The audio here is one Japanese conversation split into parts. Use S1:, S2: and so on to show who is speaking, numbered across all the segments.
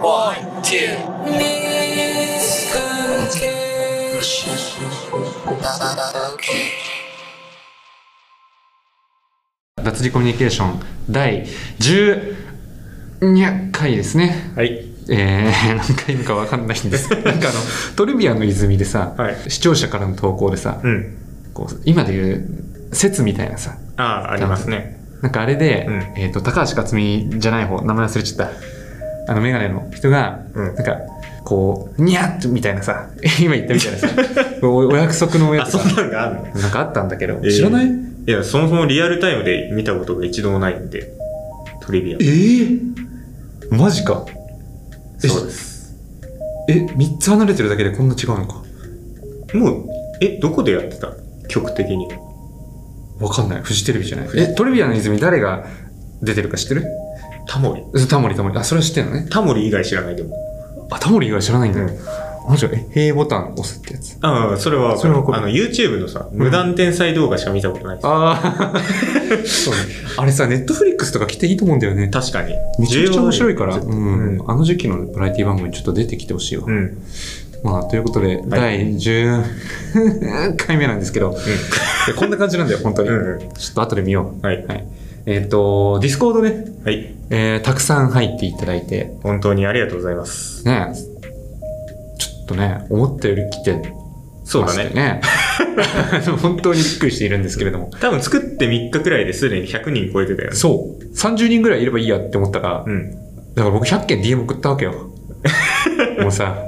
S1: One, two.
S2: 脱字コミュニケーション第12回ですね。
S3: はい。
S2: えー、 何回目か分かんないん ですけど、なんかあの、トルビアの泉でさ、
S3: はい
S2: 視聴者からの投稿でさ、
S3: うん。
S2: こう今で言う説みたいなさ、
S3: ああ、ありますね。
S2: なんかあれで、
S3: うん
S2: えっ、と、高橋克実じゃない方、名前忘れちゃった。あの、メガネの人が、
S3: うん
S2: なんか、こう、にゃっみたいなさ、 今言ったみたいなさ、 おお約束のや
S3: あ、
S2: つ
S3: そ
S2: が
S3: ん、なんがあるの
S2: なんかあったんだけど、知らない
S3: えーいや、そもそもリアルタイムで見たことが一度もないんで、トリビア
S2: え。ーマジか。え
S3: そうです。
S2: え、3つ離れてるだけでこんな違うのか。
S3: もう、え、どこでやってた曲的には。
S2: わかんない。フジテレビじゃない。え、トリビアの泉誰が出てるか知ってる
S3: タモリ。
S2: そうタモリタモリ。あ、それは知ってるのね。
S3: タモリ以外知らないでも。
S2: あ、タモリ以外知らないんだよ
S3: うん。
S2: マジか。え、へーボタン押すってやつ。
S3: ああ、それは
S2: それはわかる
S3: あの、YouTube のさ、無断転載動画しか見たことないです。
S2: あ あ、そうね。あれさ、ネットフリックスとか来ていいと思うんだよね。
S3: 確かに。
S2: めちゃくちゃ面白いから、
S3: 重要
S2: う
S3: なんやつ
S2: あの時期のバラエティ番組にちょっと出てきてほしいわ。
S3: うん。うん。
S2: まあ、ということで、第10回目なんですけ ど、いやこんな感じなんだよ、本当に。
S3: うん
S2: ちょっと後で見よ
S3: は
S2: う。
S3: い。
S2: はい。えっ、と、ディスコードね、
S3: はい。
S2: えーたくさん入っていただいて、
S3: 本当にありがとうございます。
S2: ねちょっとね、思ったより来て
S3: そう
S2: ま
S3: だ
S2: したよ
S3: ね。
S2: ね。 本当にびっくりしているんですけれども。
S3: 多分作って3日くらいですでに100人超えてたよね。
S2: そう。30人ぐらいいればいいやって思ったら、
S3: うん。
S2: だから僕100件 DM 送ったわ けよ。もうさ、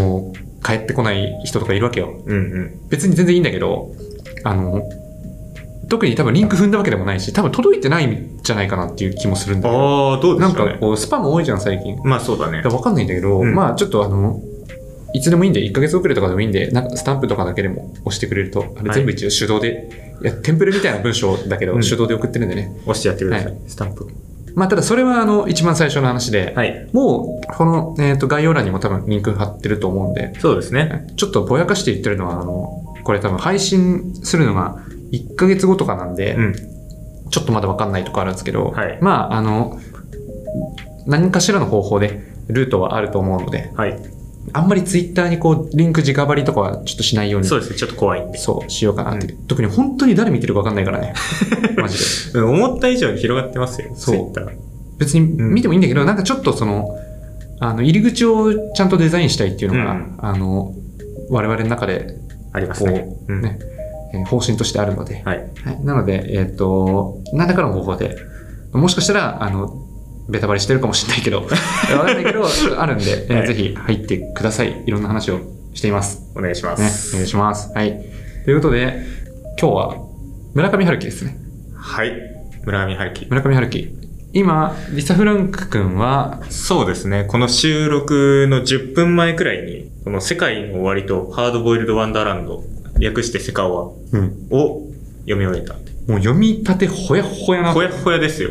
S2: もう帰ってこない人とかいるわけよ。
S3: うんうん。
S2: 別に全然いいんだけど、あの、特に多分リンク踏んだわけでもないし、多分届いてないんじゃないかなっていう気もするんだけど、
S3: ああ、どうで
S2: な
S3: す
S2: ん
S3: か
S2: か
S3: ね。
S2: こうスパム多いじゃん最近。
S3: まあそうだね
S2: いや。わかんないんだけど、
S3: うん
S2: まあちょっとあの、いつでもいいんで、1ヶ月遅れとかでもいいんで、なんかスタンプとかだけでも押してくれると、あれ
S3: はい
S2: 全部一応手動で、い、や、テンプレみたいな文章だけど、
S3: うん
S2: 手動で送ってるんでね。
S3: 押してやってくださ。
S2: はい
S3: スタンプ。
S2: まあただそれはあの、一番最初の話で、
S3: はい。
S2: もう、この、えっ、と、概要欄にも多分リンク貼ってると思うんで、
S3: そうですね。
S2: ちょっとぼやかして言ってるのは、あの、これ多分配信するのが1ヶ月後とかなんで、
S3: うん。
S2: ちょっとまだわかんないとこあるんですけど、
S3: はい
S2: まああの、何かしらの方法で、ルートはあると思うので、
S3: はい。
S2: あんまりツイッターにこう、リンク直張りとかはちょっとしないように。
S3: そう
S2: そう。
S3: ですね。ちょっと怖いんで。
S2: しようかなっていう、特に本当に誰見てるか分かんないから ね。マジで。
S3: うん思った以上に広がってますよ。
S2: そう
S3: Twitter
S2: 別に見てもいいんだけど、なんかちょっとその、あの、入り口をちゃんとデザインしたいっていうのが、
S3: うん
S2: あの、我々の中で、
S3: あります
S2: こう、
S3: ね。うん
S2: ね、えー方針としてあるので。
S3: はい。
S2: はい。なので、えっ、と、何らかの方法で、もしかしたら、あの、ベタバレしてるかもしれない けど、分かんないけど、あるんで、えー
S3: はい
S2: ぜひ入ってください。いろんな話をしています。
S3: お願いしま
S2: ね、
S3: す。
S2: お願いします。はい。ということで、今日は村上春樹ですね。
S3: はい。村上春樹。
S2: 村上春樹。今、リサ・フランク君は、
S3: そうですね。この収録の10分前くらいに、この世界の終わりとハードボイルドワンダーランド、略してセカオワを読み終えた。
S2: もう読み立てほやほやな。
S3: ほやほやですよ。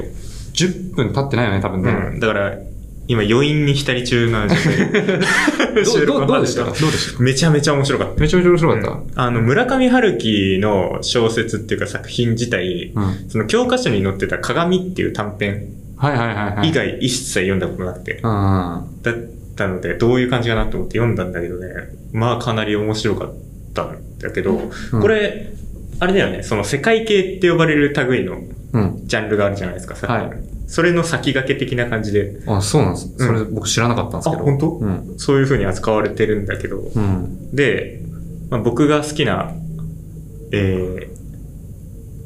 S2: 10分経ってないよね、多分
S3: う
S2: ね。
S3: ん。だから、今余韻に浸り中な状態
S2: ど
S3: で。 収
S2: ど
S3: 録
S2: ど
S3: を
S2: どう
S3: ま
S2: でしたどう
S3: た
S2: でし
S3: めちゃめちゃ面白かった
S2: めちゃめちゃ面白かった。
S3: あの、村上春樹の小説っていうか作品自体、
S2: うん。
S3: その教科書に載ってた鏡っていう短編
S2: はいはいはいはい。
S3: 以外一切読んだことなくて、
S2: うん。
S3: だったので、どういう感じかなと思って読んだんだけどね、まあかなり面白かったんだけど、
S2: うん
S3: こ、れ、あれだよね、その世界系って呼ばれる類の
S2: うん。
S3: ジャンルがあるじゃないですか、さ
S2: はい
S3: それの先駆け的な感じで、
S2: あ、そうなんです。
S3: うん
S2: それ僕知らなかったんですけど。
S3: あ本当
S2: うん。
S3: そういう風に扱われてるんだけど、
S2: うん。
S3: で、まあ、僕が好きな、えー、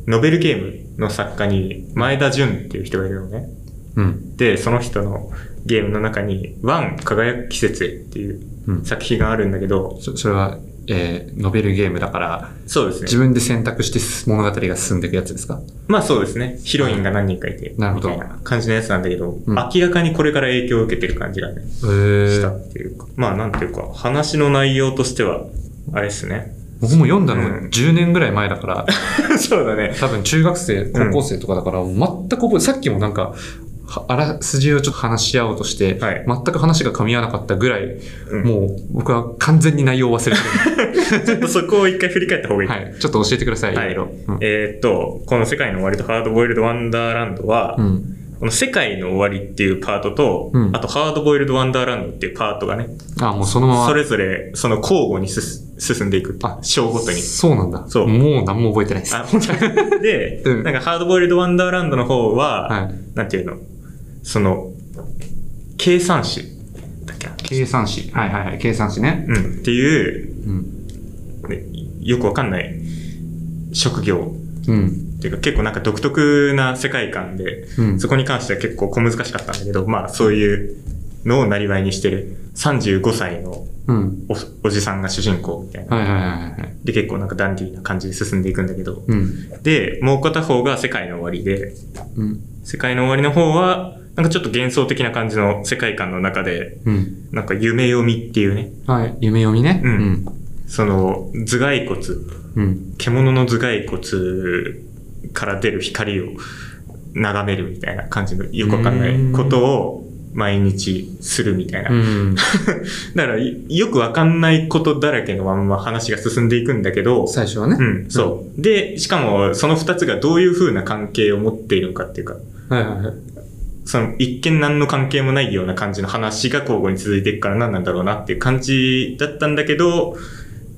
S3: ノベルゲームの作家に前田純っていう人がいるのね。
S2: うん。
S3: で、その人のゲームの中に、ワン輝く季節へっていう
S2: うん。
S3: 作品があるんだけど、
S2: そそれは、えー、ノベルゲームだから、
S3: そうですね。
S2: 自分で選択して物語が進んでいくやつですか
S3: まあそうですね。ヒロインが何人かいて、み
S2: なるほど
S3: たいな感じのやつなんだけど、
S2: うん
S3: 明らかにこれから影響を受けてる感じがね、
S2: へー
S3: したっていうか。まあなんていうか、話の内容としては、あれですね。
S2: 僕も読んだの
S3: うん
S2: 10年ぐらい前だから、
S3: そうだね。
S2: 多分中学生、高校生とかだから、全く覚え、さっきもなんか、はあらすじをちょっと話し合おうとして、
S3: はい
S2: 全く話が噛み合わなかったぐらい、
S3: うん
S2: もう僕は完全に内容を忘れてる。
S3: ちょっとそこを一回振り返った方がいい。
S2: はい。ちょっと教えてください、い
S3: は
S2: ろ
S3: い
S2: いろ。うん
S3: えーっと、この世界の終わりとハードボイルドワンダーランドは、
S2: うん。
S3: この世界の終わりっていうパートと、
S2: うん
S3: あとハードボイルドワンダーランドっていうパートがね、
S2: あ、もうそのまま。
S3: それぞれその交互にすす進んでいくっていう
S2: あ、
S3: 章ごとに。
S2: そうなんだ。
S3: そう
S2: もう何も覚えてないです。
S3: あ、本当にで、
S2: うん
S3: なんかハードボイルドワンダーランドの方は、
S2: はい。
S3: なんていうのその、計算士だっけな
S2: 計算士。はいはいはい。計算士ね。
S3: うん、っていう、
S2: うん。
S3: ねよくわかんない職業
S2: うん。
S3: っていうか結構なんか独特な世界観で、
S2: うん。
S3: そこに関しては結構小難しかったんだけど、まあそういうのをなりわいにしてる35歳の
S2: うん。
S3: おおじさんが主人公みたいな。
S2: はいはいはいはい。
S3: で結構なんかダンディーな感じで進んでいくんだけど、
S2: うん。
S3: で、もう片方が世界の終わりで、
S2: うん。
S3: 世界の終わりの方は、なんかちょっと幻想的な感じの世界観の中で、
S2: うん。
S3: なんか夢読みっていうね、
S2: はい。夢読みね。
S3: うんその頭蓋
S2: う
S3: 骨、
S2: ん。うん。
S3: 獣の頭蓋骨から出る光を眺めるみたいな感じのよくわかんないことを毎日するみたいな。
S2: うん。
S3: だからいよくわかんないことだらけのまんま話が進んでいくんだけど、
S2: 最初はね
S3: う。ん、そう。で、しかもその二つがどういう風な関係を持っているのかっていうか、
S2: はいはいはい。
S3: その一見何の関係もないような感じの話が交互に続いていくから何なんだろうなっていう感じだったんだけど、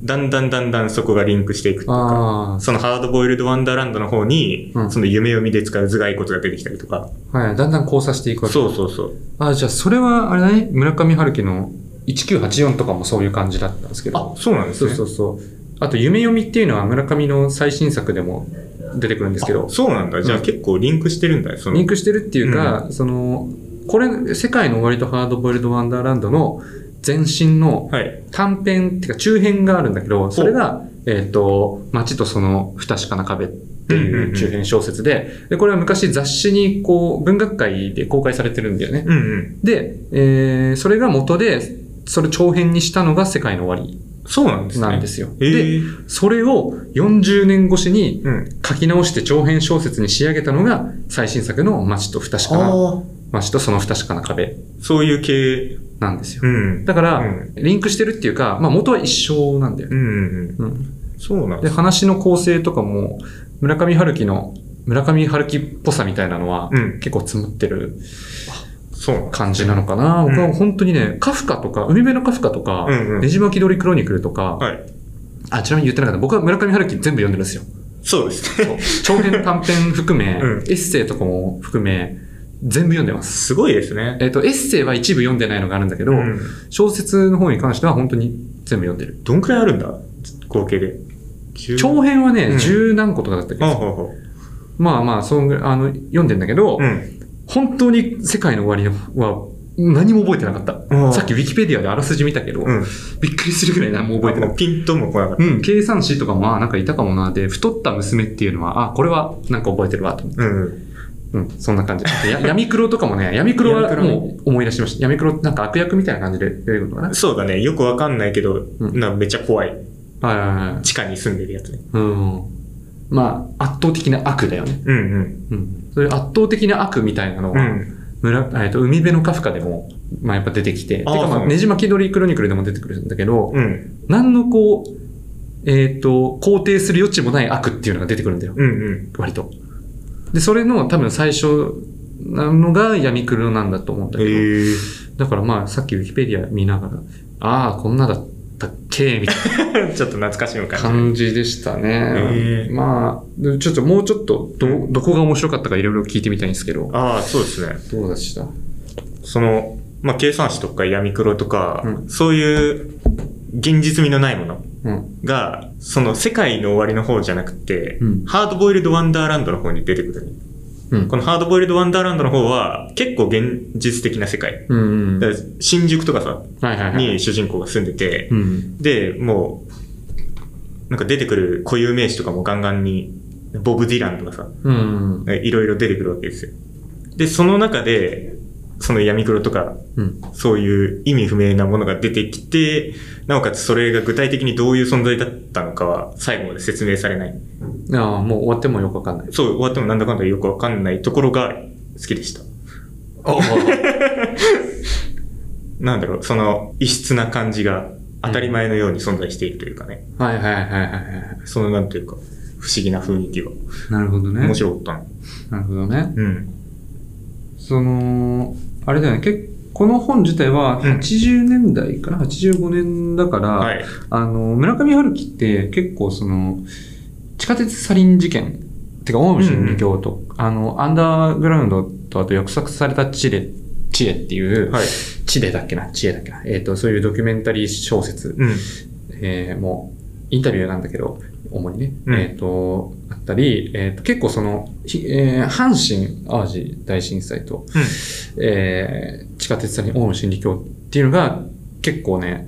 S3: だんだんだんだんそこがリンクしていくっていうか、
S2: あ
S3: そのハードボイルドワンダーランドの方に、
S2: うん
S3: その夢読みで使う頭蓋骨が出てきたりとか、
S2: あ。はい。だんだん交差していくわけ。
S3: そうそうそう。
S2: あ、じゃあそれは、あれだね。村上春樹の1984とかもそういう感じだったんですけど。
S3: あ、そうなんです
S2: そう
S3: ね。
S2: そうそう。あと、夢読みっていうのは村上の最新作でも出てくるんですけど
S3: あ、そうなんだ。じゃあ
S2: うん
S3: 結構リンクしてるんだよ、その。
S2: リンクしてるっていうか、その、これ、世界の終わりとハードボイルド・ワンダーランドの前身の
S3: はい。
S2: 短編っていうか中編があるんだけど、それが、えっ、と、街とその不確かな壁って
S3: うんうん
S2: いううん中編小説で、で、これは昔雑誌にこう、文学界で公開されてるんだよね。
S3: うんうん。
S2: で、えーそれが元で、それ長編にしたのが世界の終わ
S3: そうなんです
S2: り
S3: ね。
S2: なんですよ。
S3: え
S2: で、
S3: ー、
S2: それを40年越しに
S3: うん。
S2: 書き直して長編小説に仕上げたのが最新作の街と不確かな
S3: ああ、
S2: 街とその不確かな壁
S3: そういう系。
S2: なんですよ。
S3: うん。
S2: だから、
S3: うん
S2: リンクしてるっていうか、まあ元は一緒なんだよ
S3: う
S2: ね。
S3: んうん。
S2: うん
S3: そうなん
S2: で、
S3: です
S2: 話の構成とかも、村上春樹の、村上春樹っぽさみたいなのは、
S3: うん。
S2: 結構積もってる
S3: そうなんだ
S2: 感じなのかな。
S3: うん
S2: 僕は本当にね、カフカとか、海辺のカフカとか、
S3: うんうん
S2: ねじ巻き鳥クロニクルとか、
S3: はい。
S2: あ、ちなみに言ってなかった。僕は村上春樹全部読んでるんですよ。
S3: そうですね。
S2: 長編短編含め、
S3: う
S2: エ
S3: ん
S2: ッセイとかも含め、全部読んでます。
S3: すごいですね。
S2: えっ、と、エッセイは一部読んでないのがあるんだけど、
S3: うん
S2: 小説の方に関しては本当に全部読んでる。
S3: どんくらいあるんだ合計で。10
S2: 長編は
S3: う
S2: ね、
S3: ん
S2: 十、何個とかだったけ
S3: あ
S2: ど、
S3: ほうほ
S2: まあまあ、そんぐらい、あの、読んでんだけど、
S3: う。うん。
S2: 本当に世界の終わりのは何も覚えてなかった。
S3: うん
S2: さっきウィキペディアであらすじ見たけど、
S3: うん。
S2: びっくりするぐらい何も覚えてな
S3: も
S2: か
S3: う
S2: った。
S3: ピンとも来なかっ
S2: うん、計算士とかも、あ、なんかいたかもな、で、太った娘っていうのは、あ、これはなんか覚えてるわ、と思って。
S3: た。うん。
S2: うん、そんな感じ。や闇黒とかもね、 闇黒は
S3: 闇黒ね
S2: もう思い出しました。闇黒ってなんか悪役みたいな感じで出てくるのかな
S3: そうだね。よくわかんないけど、
S2: ん
S3: なんかめっちゃ怖い。
S2: はいはいはい。
S3: 地下に住んでるやつね。
S2: うん。まあ、圧倒的な悪だよね。
S3: うんうん。
S2: うん。そういう圧倒的な悪みたいなの
S3: う
S2: は、
S3: ん。
S2: 村えっと海辺のカフカでも、まあやっぱ出てきて、て
S3: あ
S2: か
S3: ー
S2: ま
S3: そ
S2: あ、
S3: う
S2: ねじ巻き鳥クロニクルでも出てくるんだけど、
S3: うん。
S2: 何のこう、えっ、と、肯定する余地もない悪っていうのが出てくるんだよ、
S3: うんうん。
S2: 割と。で、それの多分最初なのが闇黒なんだと思うんだけど、
S3: ええ。
S2: だからまあさっきウィキペディア見ながら、ああ、こんなだったっけみたいな
S3: ちょっと懐かしむ感
S2: 感じでしたね
S3: へ。え
S2: まあ、でちょっともうちょっとど、どこが面白かったかいろいろ聞いてみたいんですけど
S3: じ。、ああ、そうですね。
S2: どうでした
S3: その、まあ、計算士とか闇黒とか、
S2: うん
S3: そういう現実味のないもの
S2: うん。
S3: が、その世界の終わりの方じゃなくて、
S2: うん
S3: ハードボイルドワンダーランドの方に出てくる。
S2: うん
S3: こ。のハードボイルドワンダーランドの方は結構現実的な世界。
S2: うんうん。
S3: だから新宿とかさ、
S2: はいはいはい。
S3: に主人公が住んでて、
S2: うん。
S3: で、もう、なんか出てくる固有名詞とかもガンガンに、ボブ・ディランとかさ、
S2: うん。
S3: いろいろ出てくるわけですよ。で、その中で、その闇黒とか、
S2: うん。
S3: そういう意味不明なものが出てきて、なおかつそれが具体的にどういう存在だったのかは最後まで説明されない。
S2: ああ、もう終わってもよくわかんない。
S3: そう、終わってもなんだかんだよくわかんないところが好きでした。
S2: あ
S3: なんだろう、その異質な感じが当たり前のように存在しているというかね。
S2: あ。はいはいはいはいはい。
S3: そのなんていうか、不思議な雰囲気が
S2: なるほどね。
S3: 面白かったの。
S2: なるほどね。
S3: うん。
S2: その、あれだよね、結この本自体は
S3: うん
S2: 80年代かな、85年だから、
S3: はい。
S2: あの、村上春樹って結構その、地下鉄サリン事件、てか、オウム真理教と、あの、アンダーグラウンドと、あと、約束された地で、知恵っていう、
S3: はい。
S2: 知恵だっけな、知恵だっけな、えっ、と、そういうドキュメンタリー小説、
S3: うん。
S2: えーもう、インタビューなんだけど、主にね、
S3: うん
S2: えっ、と、あったり、えーと、結構その、ひえー阪神・淡路大震災と、えー地下鉄サリン、オウム真理教っていうのが、結構ね、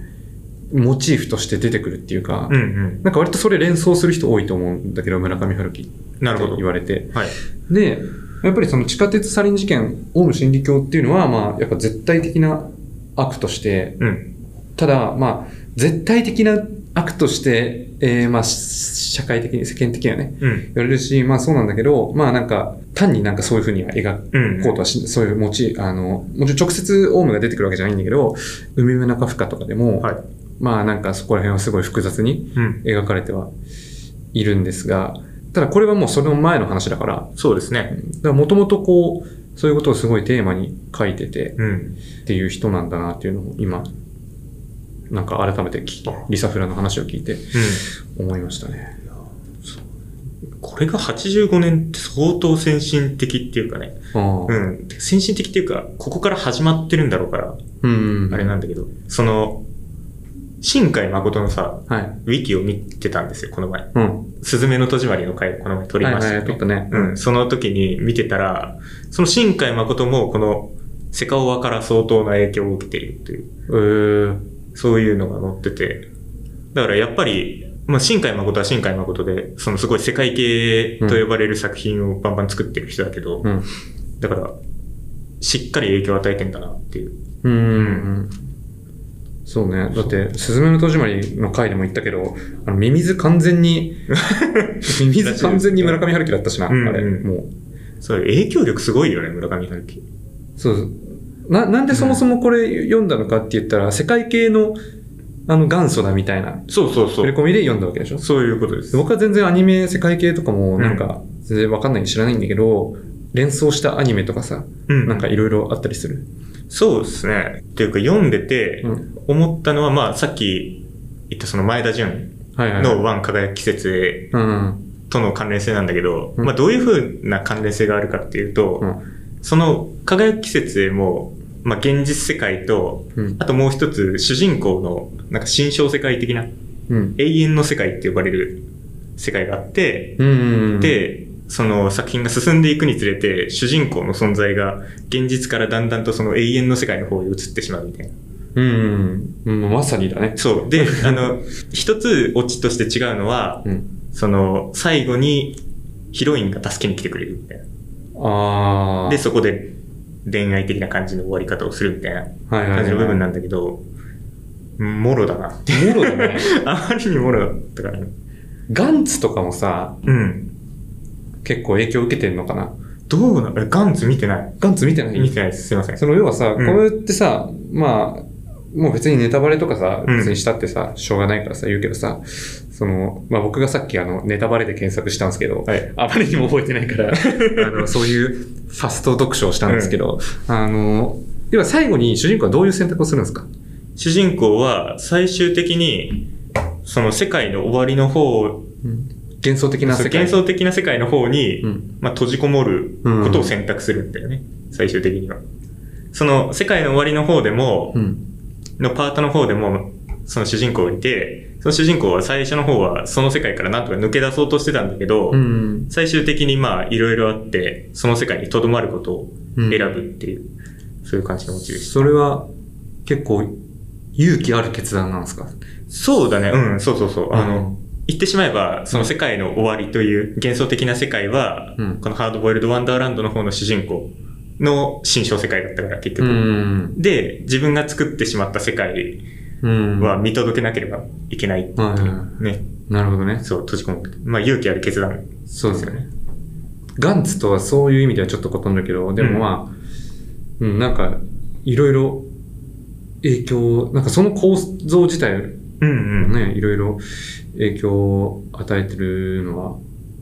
S2: モチーフとして出てくるっていうか、
S3: うんうん。
S2: なんか割とそれ連想する人多いと思うんだけど、村上春樹って
S3: なるほど
S2: 言。われて。
S3: はい。
S2: で、やっぱりその地下鉄サリン事件、オウム真理教っていうのは、まあ、やっぱ絶対的な悪として、
S3: うん。
S2: ただ、まあ、絶対的な悪として、えーまあ、し社会的に、世間的にはね、
S3: うん。
S2: 言われるし、まあそうなんだけど、まあなんか、単になんかそういうふうには描く。
S3: うん。
S2: こうとはし、そういう持ち、あの、もちろん直接オウムが出てくるわけじゃないんだけど、海辺中深とかでも、
S3: はい。
S2: まあなんかそこら辺はすごい複雑に
S3: うん。
S2: 描かれてはいるんですが、ただこれはもうそれの前の話だから、
S3: そうですね。
S2: もともとこう、そういうことをすごいテーマに書いてて
S3: うん。
S2: っていう人なんだなっていうのを今、なんか改めて聞きリサ・フラの話を聞いて思いましたね。
S3: うん。これが85年って相当先進的っていうかね。
S2: ああ
S3: うん。先進的っていうか、ここから始まってるんだろうから、
S2: うん。
S3: あれなんだけど、その、新海誠のさ、
S2: はい。
S3: ウィキを見てたんですよ、この前。
S2: うん。
S3: すずめの戸締まりの回、この前撮りました
S2: はいは
S3: よね
S2: い、撮ったね。
S3: うん、その時に見てたら、その新海誠もこのセカオワから相当な影響を受けているという、
S2: えー、
S3: そういうのが載ってて、だからやっぱり、まあ、新海誠は新海誠で、そのすごい世界系と呼ばれる作品をバンバン作ってる人だけど、
S2: うん。
S3: だから、しっかり影響を与えてんだなっていう。
S2: うんうん。そうね。だって、すずめの戸締まりの回でも言ったけど、あの、ミミズ完全 に、ミミズ完全に村上春樹だったしな、あ
S3: うんうん
S2: れ。もう。
S3: そういう影響力すごいよね、村上春樹。
S2: そうななんでそもそもこれ読んだのかって言ったら、世界系のあの元祖だみたいな
S3: そうそうそ
S2: 触れ
S3: う。
S2: 込みで読んだわけでしょ
S3: そういうことで。
S2: です僕は全然アニメ世界系とかもなんか全然わかんない知らないんだけど、連想したアニメとかさ
S3: うん
S2: なんかいろいろあったりする、
S3: そうですね。っていうか、読んでて
S2: う、ん、
S3: 思ったのは、まあ、さっき言ったその前田純
S2: はいはい
S3: のワン輝く季節
S2: うん
S3: との関連性なんだけど、
S2: うん
S3: まあどういうふうな関連性があるかっていうと、
S2: うん
S3: その輝く季節へも、まあ現実世界と、
S2: うん
S3: あともう一つ主人公のなんか新小世界的な
S2: うん
S3: 永遠の世界って呼ばれる世界があって、
S2: うんうん
S3: で、その作品が進んでいくにつれて、主人公の存在が現実からだんだんとその永遠の世界の方へ移ってしまうみたいな。
S2: うん、うん、まさにだね
S3: そ う。で、あの、一つオチとして違うのは、
S2: うん
S3: その、最後にヒロインが助けに来てくれるみたい
S2: あ
S3: な。
S2: あ
S3: で、そこで恋愛的な感じの終わり方をするみたいな
S2: はいはい
S3: 感
S2: は
S3: じ
S2: い
S3: の部分なんんだけど、もろだな。
S2: もろだね
S3: あまりにもろだったからね。
S2: ガンツとかもさ
S3: うん。
S2: 結構影響受けてんのかな
S3: どうなのガンツ見てない。
S2: ガンツ見てない
S3: 見てないです。すいません。
S2: その要はさ、
S3: うん
S2: これってさ、まあ、もう別にネタバレとかさ、
S3: うん
S2: 別にしたってさ、しょうがないからさ、言うけどさ、その、まあ僕がさっきあの、ネタバレで検索したんですけど、
S3: はい。
S2: あまりにも覚えてない から、あの、そういうファスト読書をしたんですけど、あの、要は最後に主人公はどういう選択をするんですか
S3: 主人公は最終的に、その世界の終わりの方、
S2: 幻想的な世界。
S3: 幻想的な世界の方に、
S2: うん。
S3: まあ、閉じこもることを選択するんだよね、最終的には。その、世界の終わりの方でも、
S2: うん。
S3: のパートの方でも、その主人公がいて、その主人公は最初の方はその世界からなんとか抜け出そうとしてたんだけど、
S2: うん。
S3: 最終的にまあ、いろいろあって、その世界に留まることを
S2: うん
S3: 選ぶっていう、そういう感じのモチベーション。
S2: それは結構勇気ある決断なんですか
S3: そうだね、うん、そうそうそう。あの、
S2: うん
S3: 言ってしまえば、その世界の終わりという幻想的な世界は、
S2: うん
S3: このハードボイルド・ワンダーランドの方の主人公の新小世界だったから、結局。
S2: ん。
S3: で、自分が作ってしまった世界
S2: うん。
S3: は見届けなければいけないっていう
S2: はいは
S3: ね。
S2: なるほどね。
S3: そう、閉じ込む。まあ、勇気ある決断
S2: そうで
S3: で
S2: すす
S3: よ
S2: よ
S3: ね
S2: ね。。ガンツとはそういう意味ではちょっと異なるけど、で
S3: うん
S2: もまあ、うん、なんか、いろいろ影響、なんかその構造自体
S3: うん
S2: も
S3: うん。
S2: ね、いろいろ影響を与えてるのは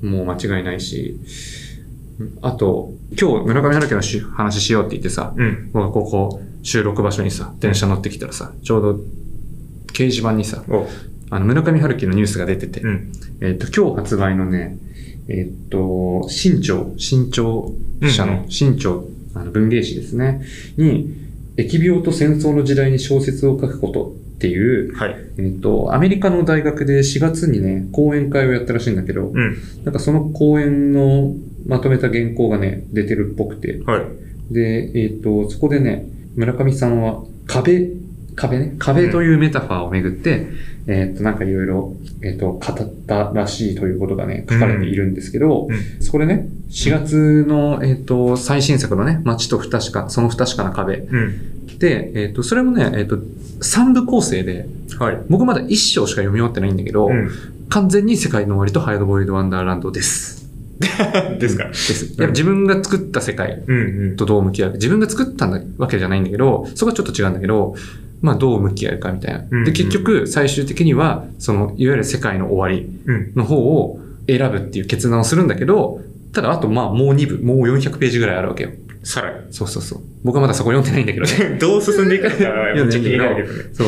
S2: もう間違いないし、あと、今日村上春樹のし話しようって言ってさ、
S3: うん。
S2: 僕がここ収録場所にさ、電車乗ってきたらさ、ちょうど掲示板にさ、
S3: お
S2: あの村上春樹のニュースが出てて、
S3: うん。
S2: えっと、今日発売のね、えっと、新潮、新潮社
S3: うん
S2: の新潮、あの文芸誌ですね、に、疫病と戦争の時代に小説を書くことっていう、
S3: はい。
S2: えっと、アメリカの大学で4月にね、講演会をやったらしいんだけど、
S3: うん。
S2: なんかその講演のまとめた原稿がね、出てるっぽくて、
S3: はい。
S2: で、えっ、と、そこでね、村上さんは壁、壁ね、壁というメタファーをめぐって、えっ、と、なんかいろいろ、えっ、と、語ったらしいということがね、書かれているんですけど、
S3: うん。
S2: そこでね、4月の、えっ、と、最新作のね、街と不確か、その不確かな壁
S3: うん。
S2: で、えっ、と、それもね、えっ、と、3部構成で、
S3: はい。
S2: 僕まだ1章しか読み終わってないんだけど、
S3: う
S2: 完全に世界の終わりとハイドボイルドワンダーランドです。
S3: ん。 ですか
S2: で。す。やっぱ自分が作った世界
S3: うんうん。
S2: とどう向き合うか。自分が作ったわけじゃないんだけど、そこはちょっと違うんだけど、まあどう向き合うかみたいな。
S3: うんうん
S2: で、結局最終的には、その、いわゆる世界の終わり
S3: うん。
S2: の方を選ぶっていう決断をするんだけど、ただあとまあもう2部、もう400ページぐらいあるわけよ。
S3: さらに。
S2: そうそうそう。僕はまだそこ読んでないんだけどね。
S3: どう進んでいくのかめっちゃ気になるけどね。
S2: そう。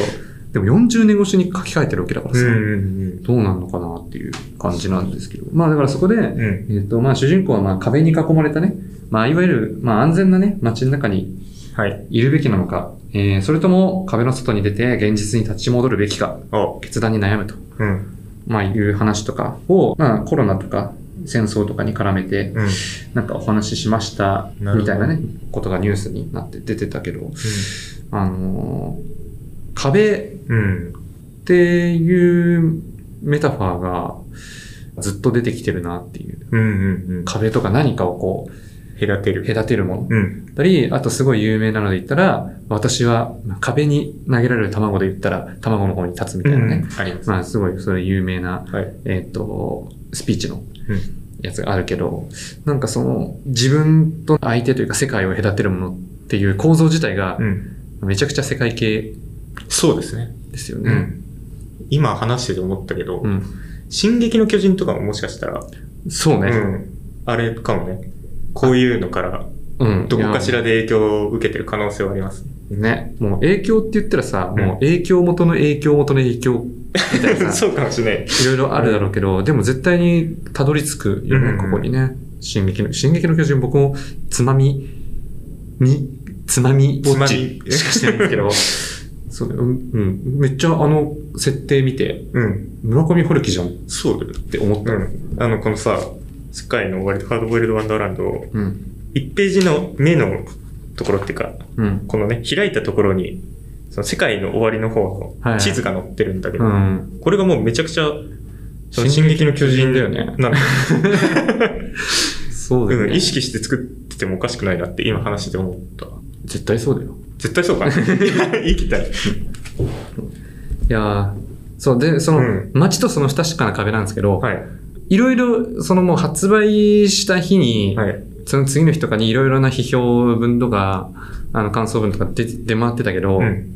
S2: でも40年越しに書き換えてるわけだから
S3: う
S2: さ、
S3: んうん
S2: どうなるのかなっていう感じなんですけど。まあだからそこで、
S3: うん。うん。
S2: えっ、と、まあ、主人公は、まあ、壁に囲まれたね、まあ、いわゆる、まあ、安全なね、街の中に
S3: はい。
S2: いるべきなのか、えー、それとも壁の外に出て現実に立ち戻るべきか、
S3: お
S2: 決断に悩むと、
S3: うん。
S2: まあ、いう話とかを、まあ、コロナとか戦争とかに絡めて、
S3: うん。
S2: なんかお話ししました、み
S3: なるほど
S2: たいなね、ことがニュースになって出てたけど、あのー壁
S3: うん。
S2: っていうメタファーがずっと出てきてるなっていう。
S3: うんうんうん。
S2: 壁とか何かをこ
S3: 隔て
S2: う、
S3: る。
S2: 隔てるもの。
S3: うん。
S2: だったり、あとすごい有名なので言ったら、私は壁に投げられる卵で言ったら、卵の方に立つみたいなね。。
S3: あります。
S2: まあすごい、それ有名な、
S3: はい。
S2: えっ、と、スピーチのやつがあるけど、なんかその、自分と相手というか世界を隔てるものっていう構造自体が
S3: う、ん。
S2: めちゃくちゃ世界系
S3: そうですね。
S2: ですよ
S3: う
S2: ね。
S3: ん。今話してて思ったけど
S2: う、ん。
S3: 進撃の巨人とかももしかしたら、
S2: そう
S3: う
S2: ね。
S3: ん。あれかもね。こういうのから、
S2: うん。
S3: どこかし
S2: い
S3: ら
S2: や。
S3: で影響を受けてる可能性はあります。
S2: ね。もう影響って言ったらさ、
S3: うん
S2: もう影響元の影響元の影響みたい なさ。
S3: そうかもしれない。
S2: いろいろあるだろうけど、でも絶対にたどり着くよ
S3: うん
S2: ね、ここにね。進撃の、進撃の巨人僕もつまみ、に、つまみウォッチ
S3: つまみ
S2: しかしてないんですけ ど、そうねうん、うん、めっちゃあの設定見て、
S3: うん。
S2: 村上春樹じゃんっ
S3: そうだよ。
S2: て思った。
S3: うん。あの、このさ、世界の終わりとハードボイルドワンダーランドを、
S2: うん。
S3: 1ページの目のところっていうか、
S2: うん。
S3: このね、開いたところに、その世界の終わりの方
S2: はいは
S3: の
S2: い
S3: 地図が載ってるんだけ
S2: う
S3: ど、
S2: ん。
S3: これがもうめちゃくちゃ、その
S2: 進
S3: 進
S2: 撃
S3: 撃
S2: の
S3: の
S2: 巨
S3: 巨
S2: 人
S3: 人
S2: だよね
S3: なんか、
S2: そうだよ
S3: うん、
S2: ね。
S3: 意識して作っててもおかしくないなって今話してて思った。
S2: 絶対そうだよ。
S3: 絶対そうか。 言い切ったら。
S2: いやーそう、で、そうの
S3: ん、
S2: 街とその不確かな壁なんですけど、
S3: はい。
S2: いろいろ、そのもう発売した日に、
S3: はい。
S2: その次の日とかにいろいろな批評文とか、あの感想文とか出出回ってたけど、
S3: うん。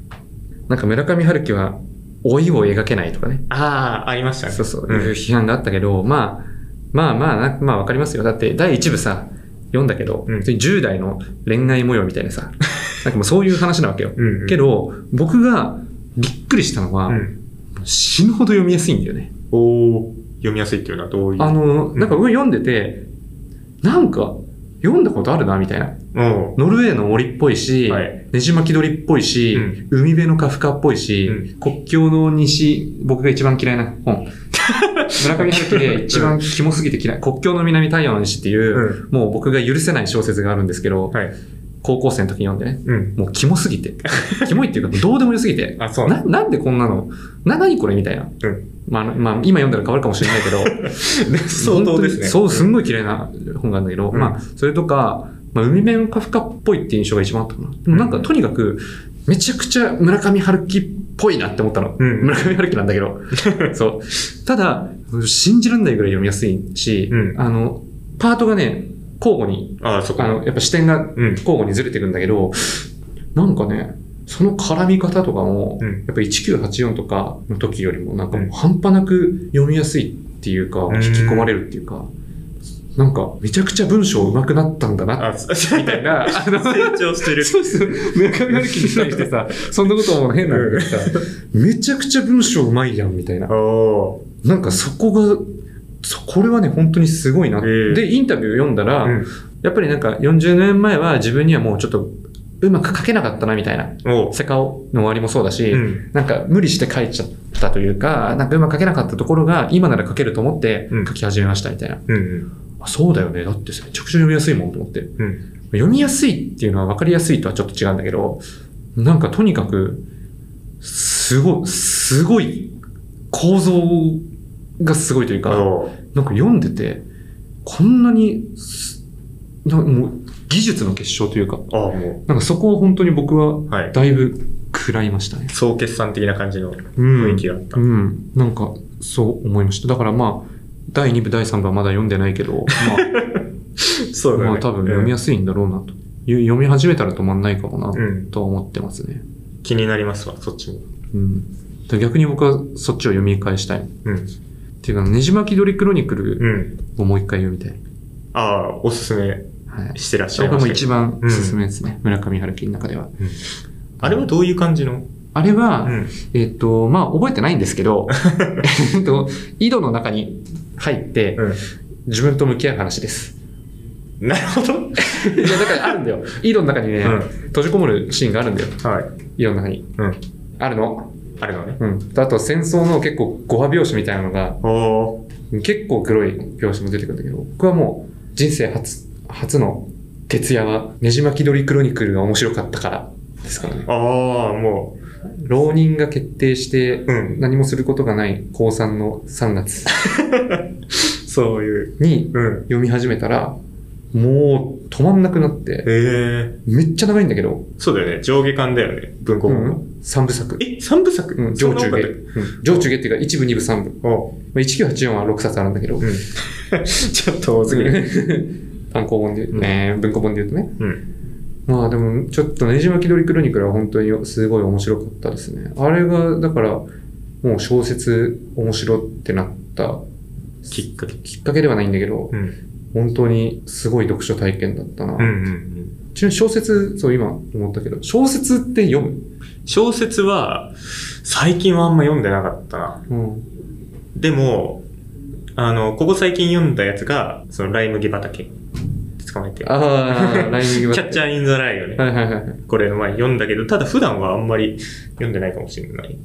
S2: なんか村上春樹は老いを描けないとかね、
S3: ああ、ありましたね。
S2: そうそう、
S3: うん
S2: いう批判があったけど、まあ、まあまあな、まあわかりますよ。だって第一部さ、読んだけど、
S3: うん
S2: 普通に10代の恋愛模様みたいな さ、なんかもうそういう話なわけよ。
S3: うんうん
S2: けど、僕がびっくりしたのは、
S3: うん。
S2: 死ぬほど読みやすいんだよね。
S3: おお読みやすいっていうのはどういう。
S2: あの、
S3: ん
S2: なんか僕読んでて、なんか読んだことあるな、みたいな。
S3: お
S2: ノルウェーの森っぽいし、
S3: はい
S2: ねじ巻き鳥っぽいし、
S3: うん
S2: 海辺のカフカっぽいし、
S3: う
S2: 国境の西、僕が一番嫌いな 本。村上春樹で一番キモすぎて嫌い。国境の南太陽の西っていうう、
S3: ん。
S2: もう僕が許せない小説があるんですけど、
S3: はい。
S2: 高校生の時に読んでね。
S3: うん。
S2: もうキモすぎて。キモいっていうか、どうでもよすぎて。
S3: あ、そう
S2: な、なんでこんなのな、なにこれみたいな。
S3: うん
S2: まあ、まあ、今読んだら変わるかもしれないけど、
S3: 相当 ですね。
S2: そう、すんごい嫌いな本があるんだけど、
S3: うん
S2: まあ、それとか、まあ、海辺のカフカっぽいって印象が一番あったかな。でもなんか、
S3: うん
S2: とにかく、めちゃくちゃ村上春樹っぽいなって思ったの。
S3: うん
S2: 村上春樹なんだけ ど。そう。ただ、信じらんないぐらい読みやすいし、
S3: うん
S2: あの、パートがね、交互に、
S3: ああ、そこ
S2: あの、やっぱ視点が
S3: うん。
S2: 交互にずれてくんだけど、なんかね、その絡み方とかも、
S3: うん。
S2: やっぱ1984とかの時よりもなんかもう半端なく読みやすいっていうか、
S3: ん
S2: 引き込まれるっていうか、なんか、めちゃくちゃ文章上手くなったんだな、
S3: あ、 そう
S2: みたい な、あの、
S3: 成長して る。
S2: そうそう、村上春樹に対してさ、そんなことも変なんだけどさ、めちゃくちゃ文章上手いやん、みたいな。
S3: お
S2: なんかそこが、そこれはね、本当にすごいな。
S3: えー
S2: で、インタビュー読んだら、
S3: ー。うん。
S2: やっぱりなんか40年前は自分にはもうちょっとうまく書けなかったなみたいな。
S3: おう。
S2: セカオの終わりもそうだし、
S3: うん。
S2: なんか無理して書いちゃったというか、なんかうまく書けなかったところが今なら書けると思って
S3: うん
S2: 書き始めましたみたいな。
S3: うん。
S2: あそうだよね。だってさめちゃくちゃ読みやすいもんと思って。
S3: うん。
S2: 読みやすいっていうのは分かりやすいとはちょっと違うんだけど、なんかとにかく、すごい、すごい構造がすごいというか、
S3: おう。
S2: なんか読んでて、こんなにす、なもう技術の結晶というか、
S3: ああ、も
S2: なんかそこは本当に僕は
S3: う。はい。
S2: だいぶ食らいましたね。
S3: 総決算的な感じの
S2: うん
S3: 雰囲気があった
S2: う。ん。なんかそう思いました。だからまあ、第2部、第3部はまだ読んでない けど、
S3: そ
S2: まあ、まあ多分読みや
S3: す
S2: すいんだろうなと。ゆ読み始めたら止まんないかもな、
S3: うん。
S2: とは思ってますね。
S3: 気になりますわ、そっちも。
S2: うん。で逆に僕はそっちを読み返したい。っ
S3: うん。
S2: ていうか、ねじ巻き鳥クロニクル
S3: うん。
S2: をもう一回読みたい。
S3: ああ、おすすめ
S2: はい。
S3: してらっし
S2: そ
S3: ゃ
S2: れ
S3: い
S2: が
S3: ま
S2: もう
S3: す
S2: 一番おすすめですね。村上春樹の中では。
S3: あれはどういう感じの
S2: あれは、
S3: うん。
S2: えっ、と、まあ、覚えてないんですけ ど、えっと、井戸の中に入って、
S3: うん。
S2: 自分と向き合う話です。
S3: なるほど。
S2: いや、だからあるんだよ。井戸の中にね、
S3: うん
S2: 閉じこもるシーンがあるんだよ。
S3: はい。
S2: 井戸の中に。
S3: うん。
S2: あるの。
S3: あれのね。
S2: うん。あと、戦争の結構、語話拍子みたいなのが、
S3: おお。
S2: 結構黒い拍子も出てくるんだけど、僕はもう、人生初、初の徹夜は、ねじ巻き鳥クロニクルが面白かったから、ですからね。
S3: ああ、も
S2: 浪人が決定して、
S3: う。うん。
S2: 何もすることがない高3の3月
S3: そういう。
S2: に、
S3: うん。
S2: 読み始めたら、もう止まんなくなって、
S3: ええ。
S2: めっちゃ長いんだけど、
S3: そうだよね。上下巻だよね。文庫
S2: う
S3: 本が。
S2: ん、3部作。
S3: え、三部作
S2: うん、上中下。
S3: 下
S2: うん上中下っていうか、1部、2部、3部。
S3: おう
S2: まあ、1984は6冊あるんだけど、
S3: うん。ちょっと多すぎる。
S2: 単行本で、
S3: うん
S2: えー文庫本で言うとね。
S3: うん。
S2: まあでも、ちょっとねじ巻き鳥クロニクルは本当にすごい面白かったですね。あれが、だから、もう小説面白ってなった
S3: きっかけ。
S2: きっかけではないんだけど、
S3: うん。
S2: 本当にすごい読書体験だったな。
S3: うんうんうん。
S2: ちなみに小説、そう今思ったけど、小説って読む
S3: 小説は、最近はあんま読んでなかったな。
S2: うん。
S3: でも、あの、ここ最近読んだやつが、その、ライ麦畑。捕まえて。
S2: ああ、ライミン
S3: キ
S2: グ
S3: ャッチャーインザライをね、
S2: はいはいはいはい。
S3: これの前に読んだけど、ただ普段はあんまり読んでないかもしれない。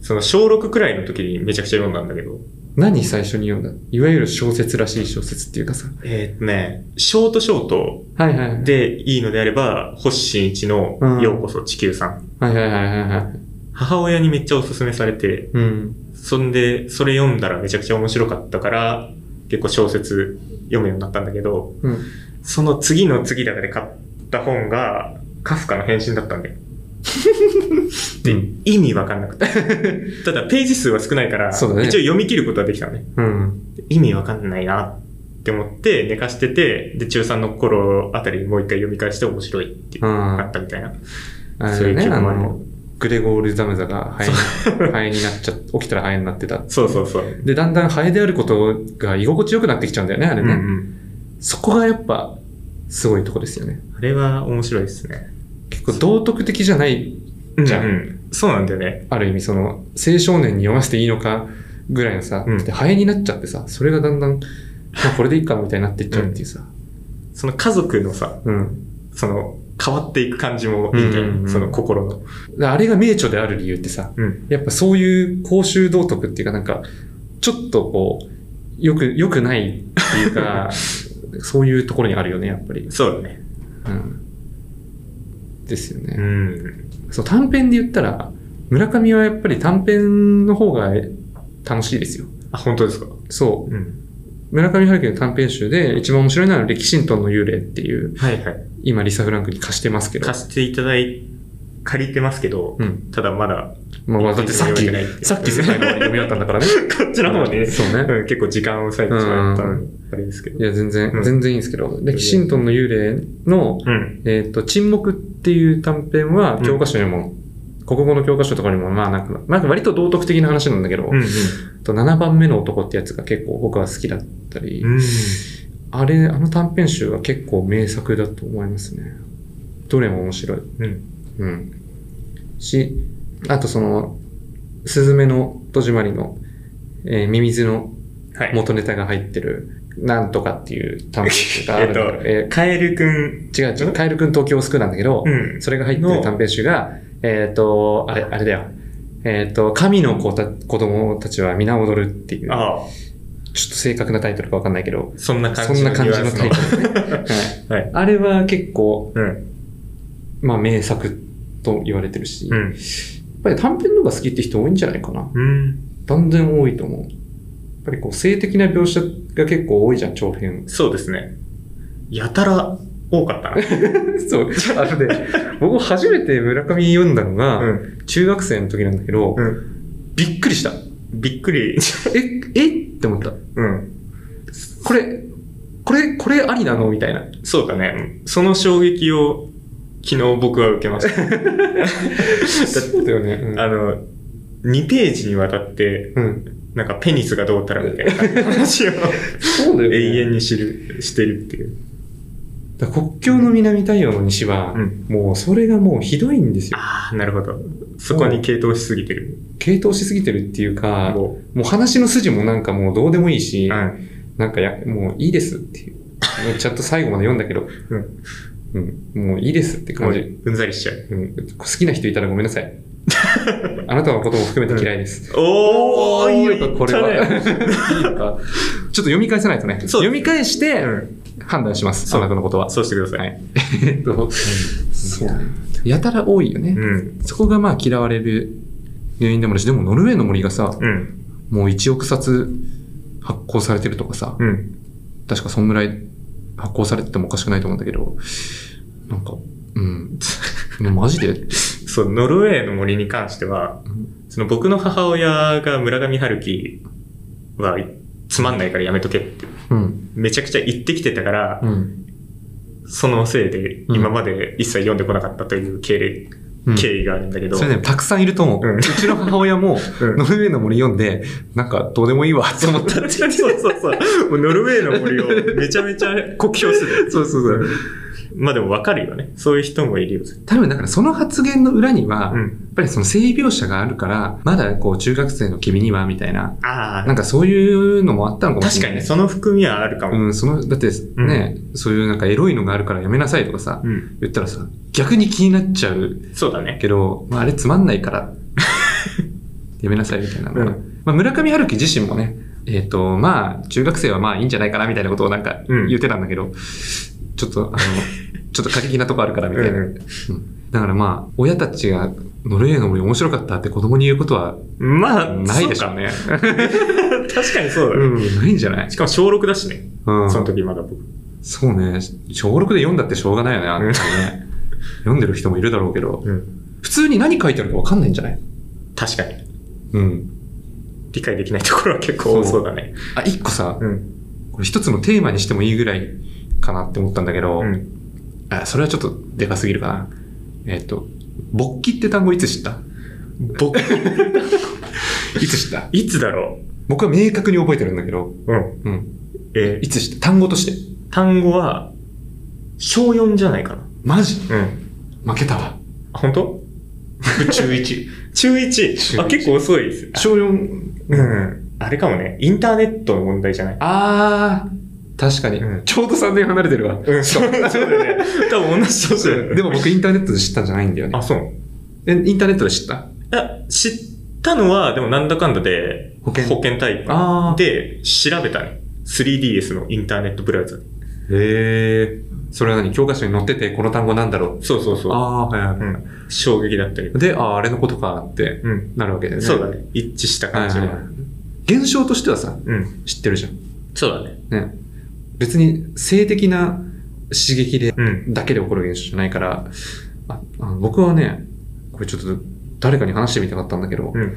S3: その小6くらいの時にめちゃくちゃ読んだんだけど、
S2: 何最初に読んだいわゆる小説らしい小説っていうかさ。
S3: えーっとね、ショートショート
S2: はいはいはい。
S3: でいいのであれば、星新一の
S2: うん
S3: ようこそ地球さん。
S2: はいはいはいはいはい。
S3: 母親にめっちゃおすすめされて、
S2: うん。
S3: そんで、それ読んだらめちゃくちゃ面白かったから、結構小説読むようになったんだけど、
S2: うん。
S3: その次の次だけで買った本が、カフカの変身だったんだよ。で、
S2: うん
S3: 意味わかんなくて。 ただ、ページ数は少ないから、
S2: そうだね
S3: 一応読み切ることはできたのね。
S2: うん。
S3: 意味わかんないなって思って寝かしてて、で、中3の頃あたりにもう一回読み返して面白いっていう
S2: う
S3: の
S2: ん。
S3: があったみたいな。
S2: あ
S3: そう
S2: れ
S3: いう
S2: ね、
S3: 記
S2: あ
S3: 憶もある
S2: の、グレゴール・ザムザがハエに、 ハエになっちゃ、起きたらハエになってた。
S3: そうそうそう。
S2: で、だんだんハエであることが居心地よくなってきちゃうんだよね、あれ
S3: うんう
S2: ね。
S3: ん。
S2: そこがやっぱ、すごいとこですよね。
S3: あれは面白いですね。
S2: 結構道徳的じゃない、じゃあ
S3: うんうんそうなんだよね。
S2: ある意味その、青少年に読ませていいのかぐらいのさ、
S3: うん
S2: でハエになっちゃってさ、それがだんだん、まあこれでいいかみたいになっていっちゃうっていうさ。
S3: その家族のさ、
S2: うん。
S3: その変わっていく感じもいいんだよね
S2: うんうんうん
S3: その心の。
S2: であれが名著である理由ってさ、
S3: うん。
S2: やっぱそういう公衆道徳っていうかなんか、ちょっとこう、よく、良くないっていうか、 そういうところにあるよね、やっぱり。
S3: そうだね。
S2: うん。ですよ
S3: う
S2: ね。
S3: ん。
S2: そう、短編で言ったら、村上はやっぱり短編の方が楽しいですよ。
S3: あ、本当ですか
S2: そう。
S3: うん。
S2: 村上春樹の短編集で一番面白いのは歴神ンの幽霊っていう、
S3: はいはい。
S2: 今リサ・フランクに貸してますけど。
S3: 貸していただい、借りてますけど、
S2: うん。
S3: ただまだ、
S2: まあ、だってさっき
S3: 読めてないっ、て
S2: さっき世界の終わり読み終わったんだ からね。
S3: こっちの方ね、
S2: そうね。
S3: うん、結構時間を割いてしまったのに、あれですけど
S2: い。や、全然、
S3: うん
S2: 全然いいんですけど、歴神ンの幽霊の、
S3: うん。
S2: えっ、と、沈黙っていう短編は
S3: うん
S2: 教科書にも、国語の教科書とかにも、まあなんか、まあ割と道徳的な話なんだけど、
S3: うんうん。
S2: と7番目の男ってやつが結構僕は好きだったり、
S3: うん。
S2: あれ、あの短編集は結構名作だと思いますね。どれも面白い。
S3: うん。
S2: うん。し、あとその、スズメの戸締まりの、えーミミズの
S3: はい。
S2: 元ネタが入ってる、なんとかっていう短編集があるんだけど
S3: えっと、カエルくん。
S2: えー違う違う、カエルくん東京を救うなんだけど、
S3: うん。
S2: それが入ってる短編集が、えっ、と、あれ、あれだよ。えっ、と、神の子た子供たちは皆踊るっていう、ちょっ
S3: ああ、
S2: と正確なタイトルかわかんないけど、
S3: そんな感
S2: そ
S3: じ
S2: んな感じの
S3: ニ
S2: タ
S3: ュア
S2: イ
S3: ンス
S2: トル、ね
S3: は
S2: はい
S3: い。
S2: あれは結構、
S3: うん。
S2: まあ名作と言われてるし、
S3: う
S2: やっ
S3: ん。
S2: ぱり短編の方が好きって人多いんじゃないかな。
S3: うん。
S2: 断然多いと思う。やっぱりこう性的な描写が結構多いじゃん、長 編。
S3: そうですね。やたら多かった
S2: そう。あれで、僕初めて村上読んだのが、
S3: な。うん。
S2: 中学生の時なんだけど、
S3: うん。
S2: びっくりした。
S3: びっく
S2: え、
S3: り。
S2: えって思った。
S3: うん。
S2: これ、これ、これありなのみたい な。
S3: そうだね。その衝撃を昨日僕は受けました。
S2: そうだよね。うん
S3: あの、2ページにわたって、
S2: うん。
S3: なんかペニスがどうたらみたいな話 を
S2: そうだよね。
S3: 永遠に知る、してるっていう。
S2: だから国境の南太陽の西は、
S3: うん
S2: もうそれがもうひどいんですよ。
S3: ああ、なるほど。そこに傾倒しすぎてる。
S2: 傾倒しすぎてるっていうか、も
S3: もう
S2: う話の筋もなんかもうどうでもいいし、
S3: うん。
S2: なんかや、もういいですっていう。もうちゃんと最後まで読んだけど、うん、もういいですって
S3: も
S2: 感
S3: う
S2: じ。
S3: うんざりしちゃう。
S2: うん、好きな人いたらごめんなさ い。あなたのことも含めて嫌いです。
S3: おー、いいよ
S2: やっぱこれは。いい
S3: 言
S2: の
S3: った
S2: か。
S3: ね
S2: ちょっと読み返さないとね。
S3: そう
S2: 読み返して
S3: うん
S2: 判断します。
S3: そ
S2: あ
S3: う
S2: なたのことは。
S3: そうしてくださ。
S2: はいい。えっと、そうね。やたら多いよね。
S3: うん。
S2: そこがまあ嫌われる原因でもあるし、でもノルウェーの森がさ、
S3: うん。
S2: もう1億冊発行されてるとかさ、
S3: うん。
S2: 確かそんぐらい発行されててもおかしくないと思うんだけど、なんか、うん、 マジで
S3: そう、ノルウェーの森に関しては、
S2: うん
S3: その僕の母親が村上春樹はつまんないからやめとけって、
S2: うん、
S3: めちゃくちゃ言ってきてたから
S2: う、ん、
S3: そのせいで
S2: うん
S3: 今まで一切読んでこなかったという経歴、
S2: うん。
S3: 経緯があるんだけど、
S2: それね、たくさんいると思う。
S3: うん
S2: うちの母親も、
S3: うん
S2: ノルウェーの森読んで、なんかどうでもいいわって思った。
S3: そうそうそう。もうノルウェーの森をめちゃめちゃ酷評する。
S2: そうそうそう。
S3: まあでもわかるよね。そういう人もいるよ。
S2: 多分だからその発言の裏には、
S3: う
S2: やっ
S3: ん。
S2: ぱりその性描写があるから、まだこう中学生の君には、みたいな、
S3: あ
S2: なんかそういうのもあったのかもしれ
S3: 確か
S2: ない、
S3: にその含みはあるか
S2: う
S3: も。
S2: ん、その、だってね、そういうなんかエロいのがあるからやめなさいとかさ、
S3: うん。
S2: 言ったらさ、逆に気になっちゃう
S3: そうだね。
S2: けど、まあ、あれつまんない から、やめなさいみたいなのが、
S3: うん
S2: まあ、村上春樹自身もね、えっ、と、まあ、中学生はまあいいんじゃないかなみたいなことをなんか
S3: うん
S2: 言ってたんだけど、ちょっと、あ の、ちょっと過激なとこあるからみたいな。
S3: うんうん
S2: うんだからまあ、親たちがノルウェーの森面白かったって子供に言うことは
S3: まあ、
S2: ないでしょ
S3: そうう
S2: ね。
S3: か。 確かにそうだね。
S2: うん、ないんじゃない
S3: しかも小6だしね。
S2: うん
S3: その時まだ僕。
S2: そうね。小6で読んだってしょうがないよね、あんたね。読んでる人もいるだろうけど。普通に何書いてあるかわかんないんじゃない
S3: 確かに。
S2: うん。
S3: 理解できないところは結構多そうだね。
S2: あ、一個さ、
S3: うん。
S2: これ一つのテーマにしてもいいぐらいかなって思ったんだけど、
S3: うん。
S2: あそれはちょっとでかすぎるかな。えっ、と、勃起って単語いつ知った
S3: 僕、
S2: いつ知った
S3: いつだろ
S2: 僕は明確に覚えてるんだけど、
S3: う。うん。
S2: うん。
S3: え
S2: いつ知った単語として。
S3: ー単語は、小4じゃないかな。
S2: マジ
S3: うん。
S2: 負けたわ。
S3: あ本当？僕中1。中 1? あ、結構遅いです。
S2: 小4。
S3: うん。あれかもね。インターネットの問題じゃない
S2: あー、確かに、
S3: うん
S2: ちょうど3年離れてるわ。
S3: うん、 そうそうだよね。多分同じ年だよね。
S2: でも僕インターネットで知ったんじゃないんだよね
S3: あ、。そう。
S2: え、インターネットで知った
S3: いや、知ったのは、でもなんだかんだで、
S2: 保険
S3: 保険タイプ
S2: あー
S3: で調べたね。3DS のインターネットブラウザ。
S2: へえ。それは何教科書に載ってて、この単語なんだろう
S3: そうそうそう。
S2: ああー、はいは
S3: う
S2: いは
S3: ん。衝撃だったり
S2: い。。で、ああ、あれのことかって
S3: うん。
S2: なるわけだよね。
S3: そうだね。一致した
S2: はい
S3: 感
S2: は
S3: じ
S2: い
S3: が。
S2: はい。現象としてはさ、
S3: うん。
S2: 知ってるじゃん。
S3: そうだね。
S2: ね。別に性的な刺激で、
S3: うん。
S2: だけで起こる現象じゃないから、ああの僕はね、これちょっと誰かに話してみたかったんだけど、
S3: うん。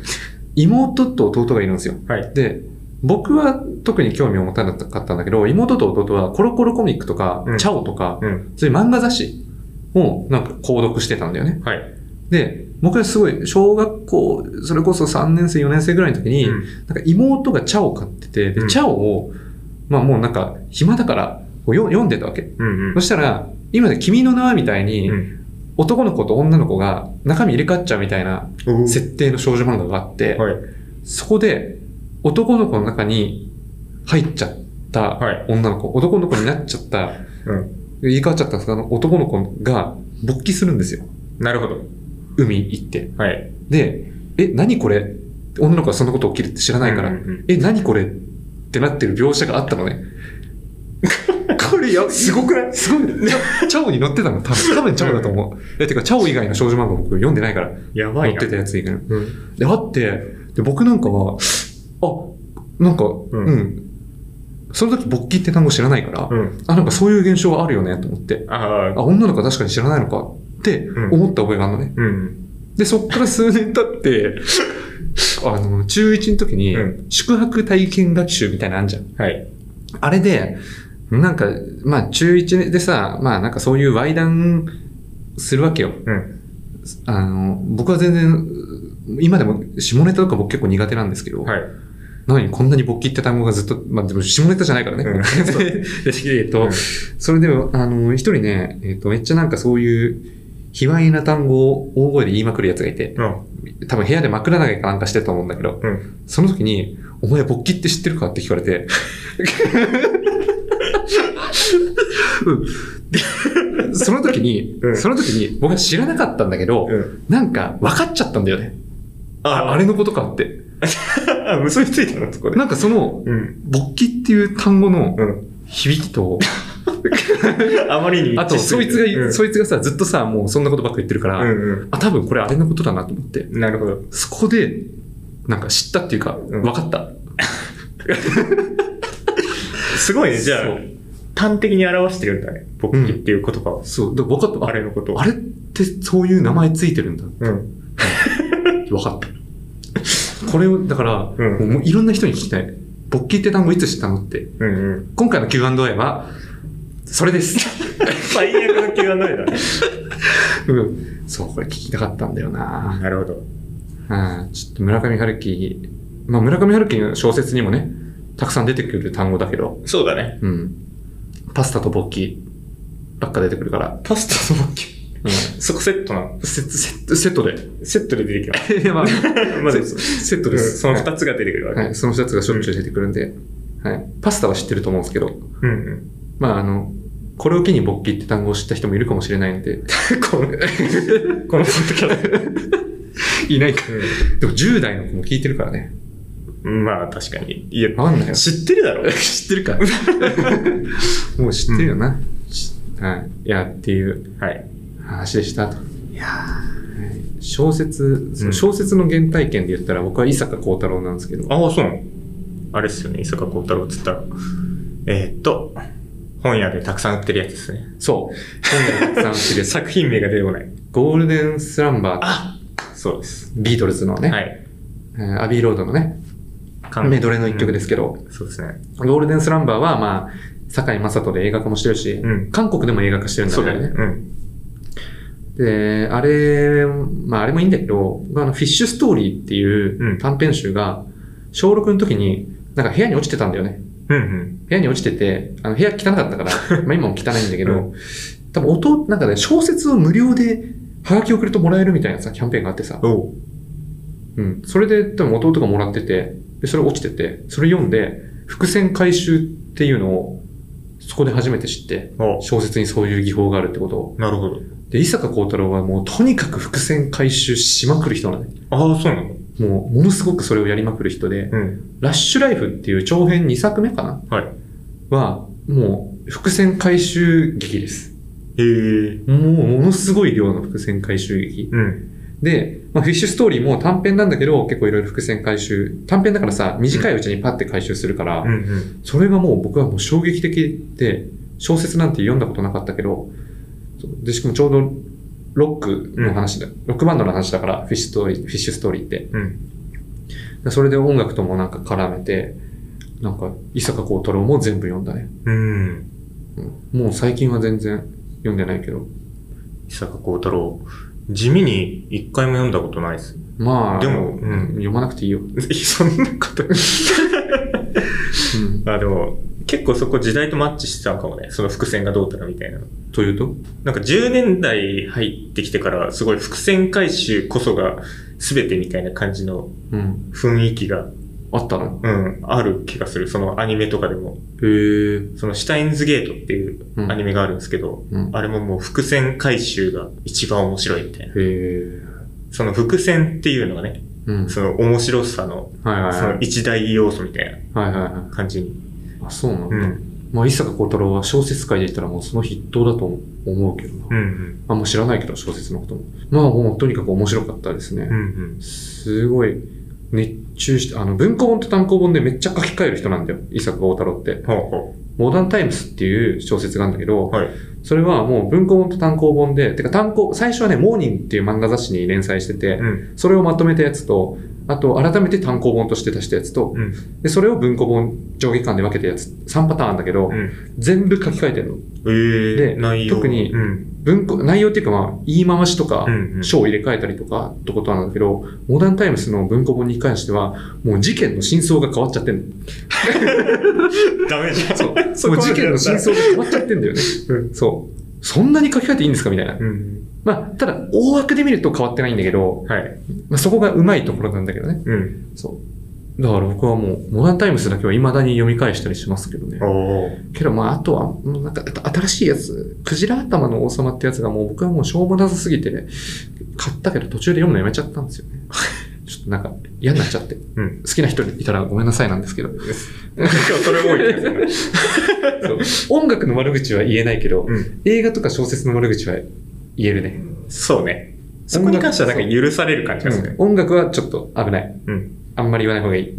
S2: 妹と弟がいるんですよ。
S3: はい。
S2: で、僕は特に興味を持たなかったんだけど、妹と弟はコロコロコミックとか、
S3: うん
S2: チャオとか、
S3: うん。
S2: そういう漫画雑誌をなんか購読してたんだよね。
S3: はい。
S2: で、僕はすごい、小学校、それこそ3年生、4年生ぐらいの時に、
S3: うん
S2: なんか妹がチャオを買ってて、で
S3: うん
S2: チャオをまあもうなんか暇だからこうよ読んでたわけ。
S3: うんうん
S2: そ。したら、今で君の名はみたいに、
S3: うん
S2: 男の子と女の子が中身入れ替わっちゃうみたいな
S3: おー
S2: 設定の少女漫画があって、
S3: はい。
S2: そこで男の子の中に入っちゃった
S3: はい
S2: 女の子、男の子になっちゃった、
S3: うん。
S2: 入れ替わっちゃったんですけど男の子が勃起するんですよ。
S3: なるほど。
S2: 海行って。
S3: はい。
S2: で、え、何これ女の子はそんなこと起きるって知らないから、
S3: うんうんうん
S2: え、何これってなってる描写があったのね。
S3: これや、すごくない
S2: すごいね。チャチャオに載ってたの多分、多分チャオだと思う。え、てか、チャオ以外の少女漫画僕読んでないから、
S3: やば
S2: 載
S3: い
S2: っ
S3: な。
S2: てたやつ以外の。
S3: うん。
S2: で、あって、で、僕なんかは、あ、なんか、うん、その時、勃起って単語知らないから、
S3: うん。
S2: あ、なんかそういう現象はあるよね、と思って。
S3: あ
S2: あ、
S3: あ。
S2: 女の子は確かに知らないのかって
S3: うん
S2: 思った覚えがあるのね。
S3: うん。
S2: で、そっから数年経 って、あの、中1の時に
S3: う、
S2: 宿泊体験学習みたいなのあんじゃん。
S3: はい。
S2: あれで、なんか、まあ、中1でさ、まあ、なんかそういうワイダンするわけよ。
S3: うん。
S2: あの、僕は全然、今でも下ネタとか僕結構苦手なんですけど、
S3: はい。
S2: なのにこんなに勃起って単語がずっと、まあ、でも下ネタじゃないからね。
S3: うん
S2: えっと、
S3: うん
S2: それで、あの、一人ね、えっと、めっちゃなんかそういう、卑猥な単語を大声で言いまくるやつがいて、
S3: うん。
S2: 多分部屋で枕投げかなんかしてたと思うんだけど、
S3: うん。
S2: その時に、お前勃起って知ってるかって聞かれて、 うんでその時に、
S3: うん
S2: その時に僕は知らなかったんだけど、
S3: うん。
S2: なんか分かっちゃったんだよね。ああれのことかって。
S3: あ、 結びついたのそこで。
S2: なんかその、
S3: うん。
S2: 勃起っていう単語の
S3: うん。
S2: 響きと、
S3: あまりに一
S2: あと
S3: 致し
S2: そ
S3: て
S2: い
S3: る
S2: つが、
S3: うん
S2: そいつがさ、ずっとさ、もうそんなことばっか言ってるから、
S3: うん
S2: あ、多分これあれのことだなと思って、
S3: うん。なるほど。
S2: そこで、なんか知ったっていうか、
S3: ん
S2: 分かった。
S3: すごいね、じゃあ
S2: そう、
S3: 端的に表してるんだね。勃起っていう言葉を。
S2: そう、で分かった。
S3: あれのことを。
S2: あれってそういう名前ついてるんだ。
S3: うん。
S2: 分かった。これを、だから、
S3: ん
S2: もうもういろんな人に聞きたい。勃起って単語いつ知ったのって。
S3: うんうん。
S2: 今回の Q&A は、それです。
S3: 最悪の Q&A だね。
S2: うん。そう、これ聞きたかったんだよな
S3: なるほど。
S2: うん。ちょっと村上春樹、まあ村上春樹の小説にもね、たくさん出てくる単語だけど、
S3: そうだね。
S2: うん。パスタと勃起ばっか出てくるから、
S3: パスタと勃起。
S2: うん。
S3: そこセットなの
S2: セット、セット、セットで。
S3: セットで出てきま
S2: い や、まあ、
S3: す。まず、
S2: セット
S3: うん
S2: です。
S3: その二つが出てくるわけ。
S2: はい、その2つがしょっちゅう出てくるんで、はい、パスタは知ってると思うんですけど、
S3: うんうん。
S2: まあ、あの、これを機に勃起って単語を知った人もいるかもしれないんで、
S3: この、このポッドキャスト
S2: いないか。でも10代の子も聞いてるからね。
S3: うんまあ確かに。いや、
S2: わかんないよ。
S3: 知ってるだろ。
S2: 知ってるか。 もう知ってるよな。しはい。いや、っていう
S3: はい。
S2: 話でしたと。
S3: いや
S2: 小説、その小説の原体験で言ったら僕は伊坂幸太郎なんですけど、
S3: ああ、そうなのあれっすよね。伊坂幸太郎っつったら。えーっと、本屋でたくさん売ってるやつですね。
S2: そう。本屋たくさん知るや つ
S3: 作品名が出てこない。
S2: ゴールデンスランバー、
S3: あそうです。
S2: ビートルズのね、
S3: はい。
S2: えーアビーロードのね、メドレーの一曲ですけど、
S3: うんそうですね。
S2: ゴールデンスランバーは、まあ、堺雅人で映画化もしてるし、
S3: うん
S2: 韓国でも映画化してるんだ
S3: そうだ
S2: よ
S3: よね。
S2: ね。
S3: うん。
S2: で、あれ、まあ、あれもいいんだけど、僕あの、フィッシュストーリーっていううん短編集が、小6の時に、なんか部屋に落ちてたんだよね。
S3: うんうん。
S2: 部屋に落ちてて、あの、部屋汚かった から、まあ今も汚いんだけど、
S3: う
S2: 多分音、なんかね、小説を無料で、ハガキ送るともらえるみたいなさ、キャンペーンがあってさ、
S3: おう。
S2: うん。それで、多分弟がもらってて、で、それ落ちてて、それ読んで、伏線回収っていうのを、そこで初めて知って、
S3: おう
S2: 小説にそういう技法があるってことを。
S3: なるほど。
S2: で、伊坂幸太郎はもうとにかく伏線回収しまくる人なのね。
S3: ああ、そうなの
S2: もう、ものすごくそれをやりまくる人で、
S3: うん。
S2: ラッシュライフっていう長編2作目かな
S3: はい。
S2: は、もう、伏線回収劇です。
S3: へえ。
S2: もう、ものすごい量の伏線回収劇。
S3: うん。
S2: で、まあ、フィッシュストーリーも短編なんだけど、結構いろいろ伏線回収。短編だからさ、短いうちにパッて回収するから、
S3: うんうん。
S2: それがもう僕はもう衝撃的で、小説なんて読んだことなかったけど、そうで、しかもちょうどロックの話だ、ロックバンドの話だから、フィッシュストーリー、フィッシュストーリーって。
S3: うん。
S2: でそれで音楽ともなんか絡めて、なんか、伊坂幸太郎も全部読んだね。
S3: うん。
S2: うんもう最近は全然読んでないけど。
S3: 伊坂幸太郎。地味に一回も読んだことないです。
S2: まあ、
S3: でもうん
S2: 読まなくていいよ。
S3: そんなこと。
S2: うん
S3: あ、でも、結構そこ時代とマッチしてたのかもね。その伏線がどうたらみたいなの。
S2: というと
S3: なんか10年代入ってきてから、すごい伏線回収こそが全てみたいな感じの
S2: うん。
S3: 雰囲気が、
S2: あったの
S3: うん、ある気がする。そのアニメとかでも。
S2: へえ。
S3: そのシュタインズゲートっていう
S2: うん
S3: アニメがあるんですけど、
S2: うん。
S3: あれももう伏線回収が一番面白いみたい
S2: へ
S3: な。
S2: え。
S3: その伏線っていうのがね、
S2: うん。
S3: その面白さの、
S2: はいはい
S3: そ
S2: は
S3: の
S2: い。
S3: 一大要素みたい
S2: はいはいは
S3: な感じに。
S2: い。あ、そうなん
S3: う
S2: だ。
S3: ん。
S2: まあ、伊坂幸太郎は小説界で言ったらもうその筆頭だと思うけどな。
S3: うんうん。
S2: あんま知らないけど、小説のことも。まあもうとにかく面白かったですね
S3: うんう。ん。
S2: すごい熱中して、あの、文庫本と単行本でめっちゃ書き換える人なんだよ。伊坂幸太郎って。
S3: ほうほ
S2: モダンタイムスっていう小説があるんだけど、
S3: う。はい。
S2: それはもう文庫本と単行本で、てか単行、最初はね、モーニングっていう漫画雑誌に連載してて、
S3: うん。
S2: それをまとめたやつと、あと改めて単行本として出したやつと、
S3: うん。
S2: で、それを文庫本上下巻で分けたやつ、3パターンあんだけど、
S3: うん。
S2: 全部書き換えてるの。
S3: ええ
S2: で
S3: 内容。
S2: 特に
S3: うん。
S2: 文庫、内容っていうかまあ、言い回しとか
S3: う、ん、うん。
S2: 章を入れ替えたりとかってことなんだけど、モダンタイムスの文庫本に関しては、もう事件の真相が変わっちゃってん
S3: ダメじゃん。そ
S2: の。もう事件の真相が変わっちゃってんだよね。うんそう。そんなに書き換えていいんですかみたいな。
S3: うん。
S2: まあ、ただ、大枠で見ると変わってないんだけど、
S3: はい。
S2: まあ、そこがうまいところなんだけどね。
S3: うん。
S2: そう。だから僕はもう、モダンタイムスだけは未だに読み返したりしますけどね。
S3: お
S2: けどまあ、あとは、もうなんか、新しいやつ、クジラ頭の王様ってやつがもう僕はもうしょうもなさすぎて、ね、買ったけど途中で読むのやめちゃったんです よね。ちょっとなんか嫌になっちゃって。
S3: うん
S2: 好きな人いたらごめんなさいなんです けど。
S3: 今日それ多いですね。
S2: 音楽の悪口は言えないけど、
S3: うん。
S2: 映画とか小説の悪口は言えるね。
S3: そうね。そこに関してはなんか許される感じがするね。
S2: 音楽はちょっと危ない。
S3: うん。
S2: あんまり言わない方がいい。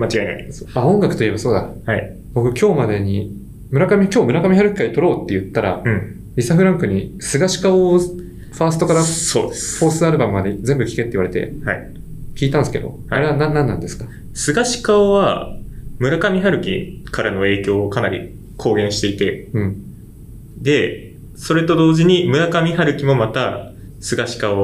S3: 間違いない。
S2: あ、音楽といえばそうだ。
S3: はい。
S2: 僕今日までに、村上、今日村上春樹会撮ろうって言ったら、
S3: うん。
S2: リサ・フランクに、菅氏顔をファーストからフ
S3: そうです。
S2: ォースアルバムまで全部聴けって言われて、
S3: はい。
S2: 聞いたんですけど、あれは何なんなんですか
S3: 菅氏顔は、村上春樹からの影響をかなり公言していて、
S2: うん。
S3: で、それと同時に村上春樹もまた、菅氏顔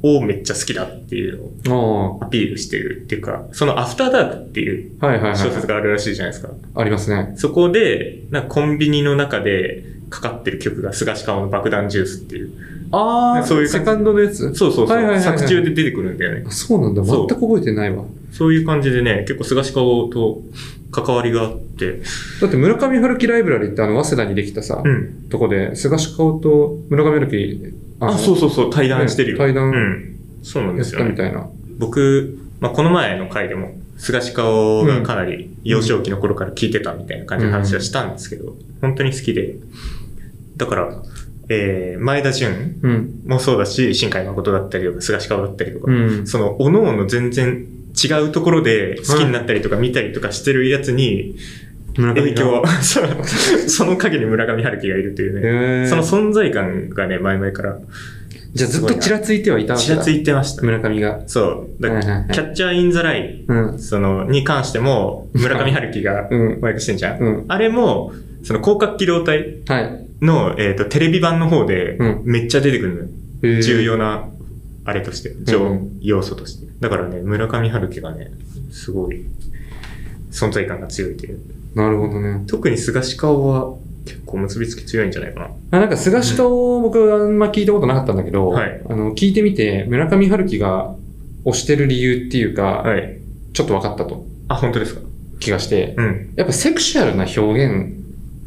S3: をめっちゃ好きだっていうの
S2: ああ、
S3: を
S2: は
S3: アピールしてるっていうか、そのアフターダークっていう
S2: いはいはい。
S3: 小説があるらしいじゃないですか。
S2: ありますね。
S3: そこで、なんかコンビニの中でかかってる曲が菅氏顔の爆弾ジュースっていう。
S2: あ
S3: ー
S2: そういう感じセカンドのやつ
S3: そうそうそう。
S2: はいはいはいはい
S3: 作中で出てくるんだよね
S2: あ。そうなんだ。
S3: そ
S2: 全
S3: う
S2: く覚えてないわ。
S3: そういう感じでね、結構菅氏顔と関わりがあって。
S2: だって村上春樹ライブラリーってあの、早稲田にできたさ、
S3: うん。
S2: とこで、菅氏顔と村上春樹、の
S3: あ、そうそうそう、対談してるよ。
S2: ね対談
S3: うん。そうなん
S2: や
S3: で
S2: っ
S3: す
S2: た
S3: よ
S2: み
S3: ね。
S2: たいな。
S3: 僕、まあ、この前の回でも、菅氏顔がかなり幼少期の頃から聞いてたみたいな感じの話はしたんですけど、本当に好きで。だから、えー、前田純
S2: うん。
S3: もそうだし、新海誠だったりとか、菅氏顔だったりとか、
S2: うん。
S3: その、おのおの全然違うところで好きになったりとか見たりとかしてるやつに
S2: 村
S3: 影響
S2: は。
S3: を、 そうその陰に村上春樹がいるというね、
S2: へー
S3: その存在感がね、前々から
S2: じゃあずっとちらついてはいたわけ
S3: ち
S2: だ。
S3: らついてました。
S2: 村上が。
S3: そう。だから
S2: はいはいはい
S3: キャッチャーインザライ
S2: うん
S3: ン、。その、に関しても、村上春樹が
S2: うん。
S3: 和訳してんじゃん。
S2: うん。
S3: あれも、その、広角機動隊
S2: はい。
S3: の、えっ、と、テレビ版の方で
S2: うん、
S3: めっちゃ出てくるのよ。重要な、あれとして、情
S2: うん
S3: 要素として。だからね、村上春樹がね、すごい、存在感が強いという。
S2: なるほどね。
S3: 特に菅氏顔は、結構結びつき強いんじゃないかな。
S2: あなんか、菅氏顔、僕はあんま聞いたことなかったんだけど、
S3: はい
S2: あの、聞いてみて、村上春樹が推してる理由っていうか、
S3: はい。
S2: ちょっと分かったと
S3: あ、本当ですか
S2: 気がして、
S3: うん。
S2: やっぱセクシュアルな表現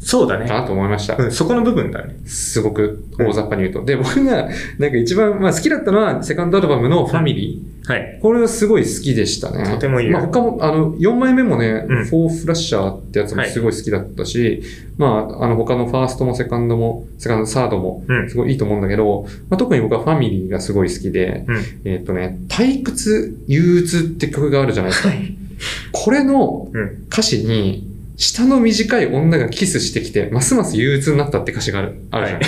S3: そうだね。
S2: だなと思いました
S3: う。ん、そこの部分だね。
S2: すごく大雑把に言うと。で、僕が、なんか一番、まあ好きだったのは、セカンドアルバムのファミリ
S3: はい。
S2: ー。これはすごい好きでしたね。
S3: とてもいいよ
S2: まあ他も、あの、4枚目もね、
S3: うん
S2: フォーフラッシャーってやつもすごい好きだったし、まあ、あの他のファーストもセカンドも、セカンド、サードも、
S3: うん
S2: す。ごいいいと思うんだけど、まあ、特に僕はファミリーがすごい好きで、
S3: うん
S2: えっ、とね、退屈、憂鬱って曲があるじゃないですか。
S3: はい
S2: これの
S3: うん
S2: 歌詞に、下の短い女がキスしてきて、ますます憂鬱になったって歌詞がある、あるじゃ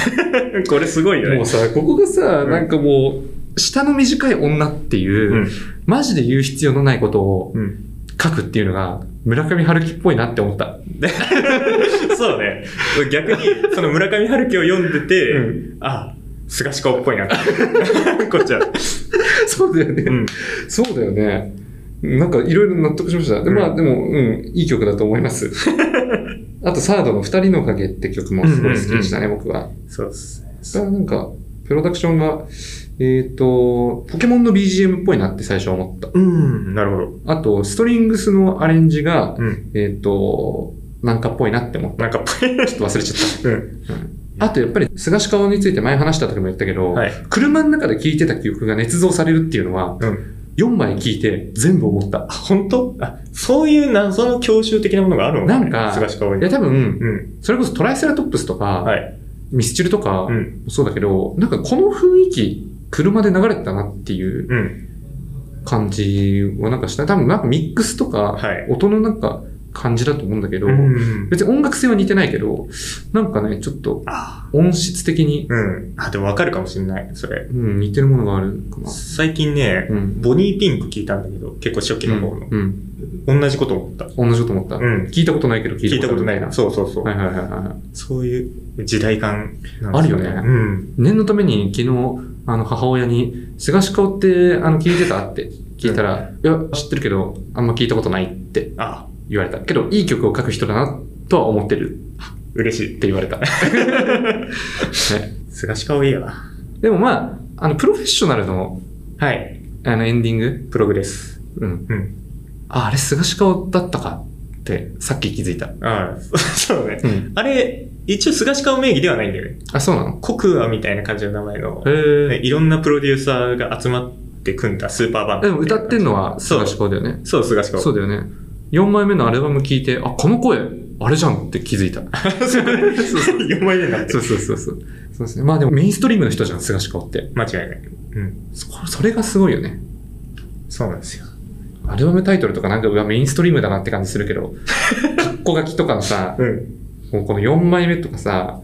S2: ない、
S3: これすごいよ
S2: も
S3: ね
S2: う。さ、ここがさ、
S3: うん
S2: なんかもう、下の短い女っていう、
S3: うん。
S2: マジで言う必要のないことを
S3: うん。
S2: 書くっていうのが、村上春樹っぽいなって思った。
S3: そうね。逆に、その村上春樹を読んでて、
S2: うん
S3: あ、菅氏顔っぽいなって。 こっちは。
S2: そうだよね。
S3: うん。
S2: そうだよね。なんかいろいろ納得しました。で
S3: うん
S2: まあでも、うん、いい曲だと思います。あとサードの二人の影って曲もすごい好きでしたね、僕は。
S3: そうですね。
S2: それはなんか、プロダクションが、えっ、と、ポケモンの BGM っぽいなって最初思った。
S3: うん、なるほど。
S2: あと、ストリングスのアレンジが、
S3: うん。
S2: えっ、と、なんかっぽいなって思った。
S3: なんか、ぽ
S2: ち
S3: い。
S2: ょっと忘れちゃっ
S3: うん。
S2: た。うんあとやっぱり、菅氏顔について前話した時も言ったけど、
S3: はい。
S2: 車の中で聴いてた記憶が捏造されるっていうのは、
S3: うん。
S2: 4枚聴いて全部思った。
S3: あ、本当あ、そういう謎の教習的なものがあるの
S2: なんか
S3: 菅氏顔
S2: いや
S3: に。
S2: 多分、
S3: うん。
S2: それこそトライセラトップスとか、
S3: はい。
S2: ミスチルとか
S3: う、ん。
S2: そうだけど、なんかこの雰囲気、車で流れてたなっていう
S3: うん。
S2: 感じはなんかした。多分なんかミックスとか、
S3: はい
S2: 音のなんか感じだと思うんだけど、
S3: うん。
S2: 別に音楽性は似てないけど、なんかね、ちょっと
S3: あ
S2: 音質的に、
S3: うん。あ、でもわかるかもしれない。それ。
S2: うん、似てるものがあるかな。
S3: 最近ね、
S2: うん。
S3: ボニーピンク聞いたんだけど、結構初期の方の。
S2: うん。
S3: 同じこと思った。
S2: 同じこと思った。
S3: うん。
S2: 聞いたことないけど聞
S3: 聞
S2: い
S3: い
S2: たこ
S3: たことと
S2: な
S3: ないい
S2: な。
S3: な。そうそうそう。
S2: はいはいはいはい。
S3: そういう時代感なんです
S2: あるよね
S3: うん。
S2: 念のために昨日、あの、母親に、菅氏顔って、あの、聞いてたって聞いたら、いや、知ってるけど、あんま聞いたことないって
S3: あ、
S2: 言われた。けど、いい曲を書く人だな、とは思ってるっ
S3: 嬉しい。
S2: て言わ れた。ね
S3: 菅氏顔いいよな。
S2: でもまあ、あの、プロフェッショナルの、
S3: はい。
S2: あの、エンディング
S3: プログレス。
S2: うん。
S3: うん。
S2: あ、あれ、菅氏顔だったかって、さっき気づいた。
S3: ああ、 そうね。
S2: うん。
S3: あれ、一応菅氏顔名義ではないんだよね。
S2: あ、そうなの
S3: コクアみたいな感じの名前の、
S2: へ
S3: ね
S2: ー
S3: いろんなプロデューサーが集まって組んだスーパーバンド。
S2: でも、歌ってんのは菅氏顔だよね。
S3: そう、菅氏顔。
S2: そう だよね。4枚目のアルバム聞いて、あ、この声、あれじゃんって気づいた。
S3: 4枚目になって
S2: そう
S3: る。
S2: そうそうそう。そうですね。まあでもメインストリームの人じゃん、菅氏顔って。
S3: 間違いない。うん。
S2: そそれがすごいよね。
S3: そうなんですよ。
S2: アルバムタイトルとかなんか、うわ、メインストリームだなって感じするけど、カッコ書きとかのさ、
S3: うん。
S2: もうこの4枚目とかさ、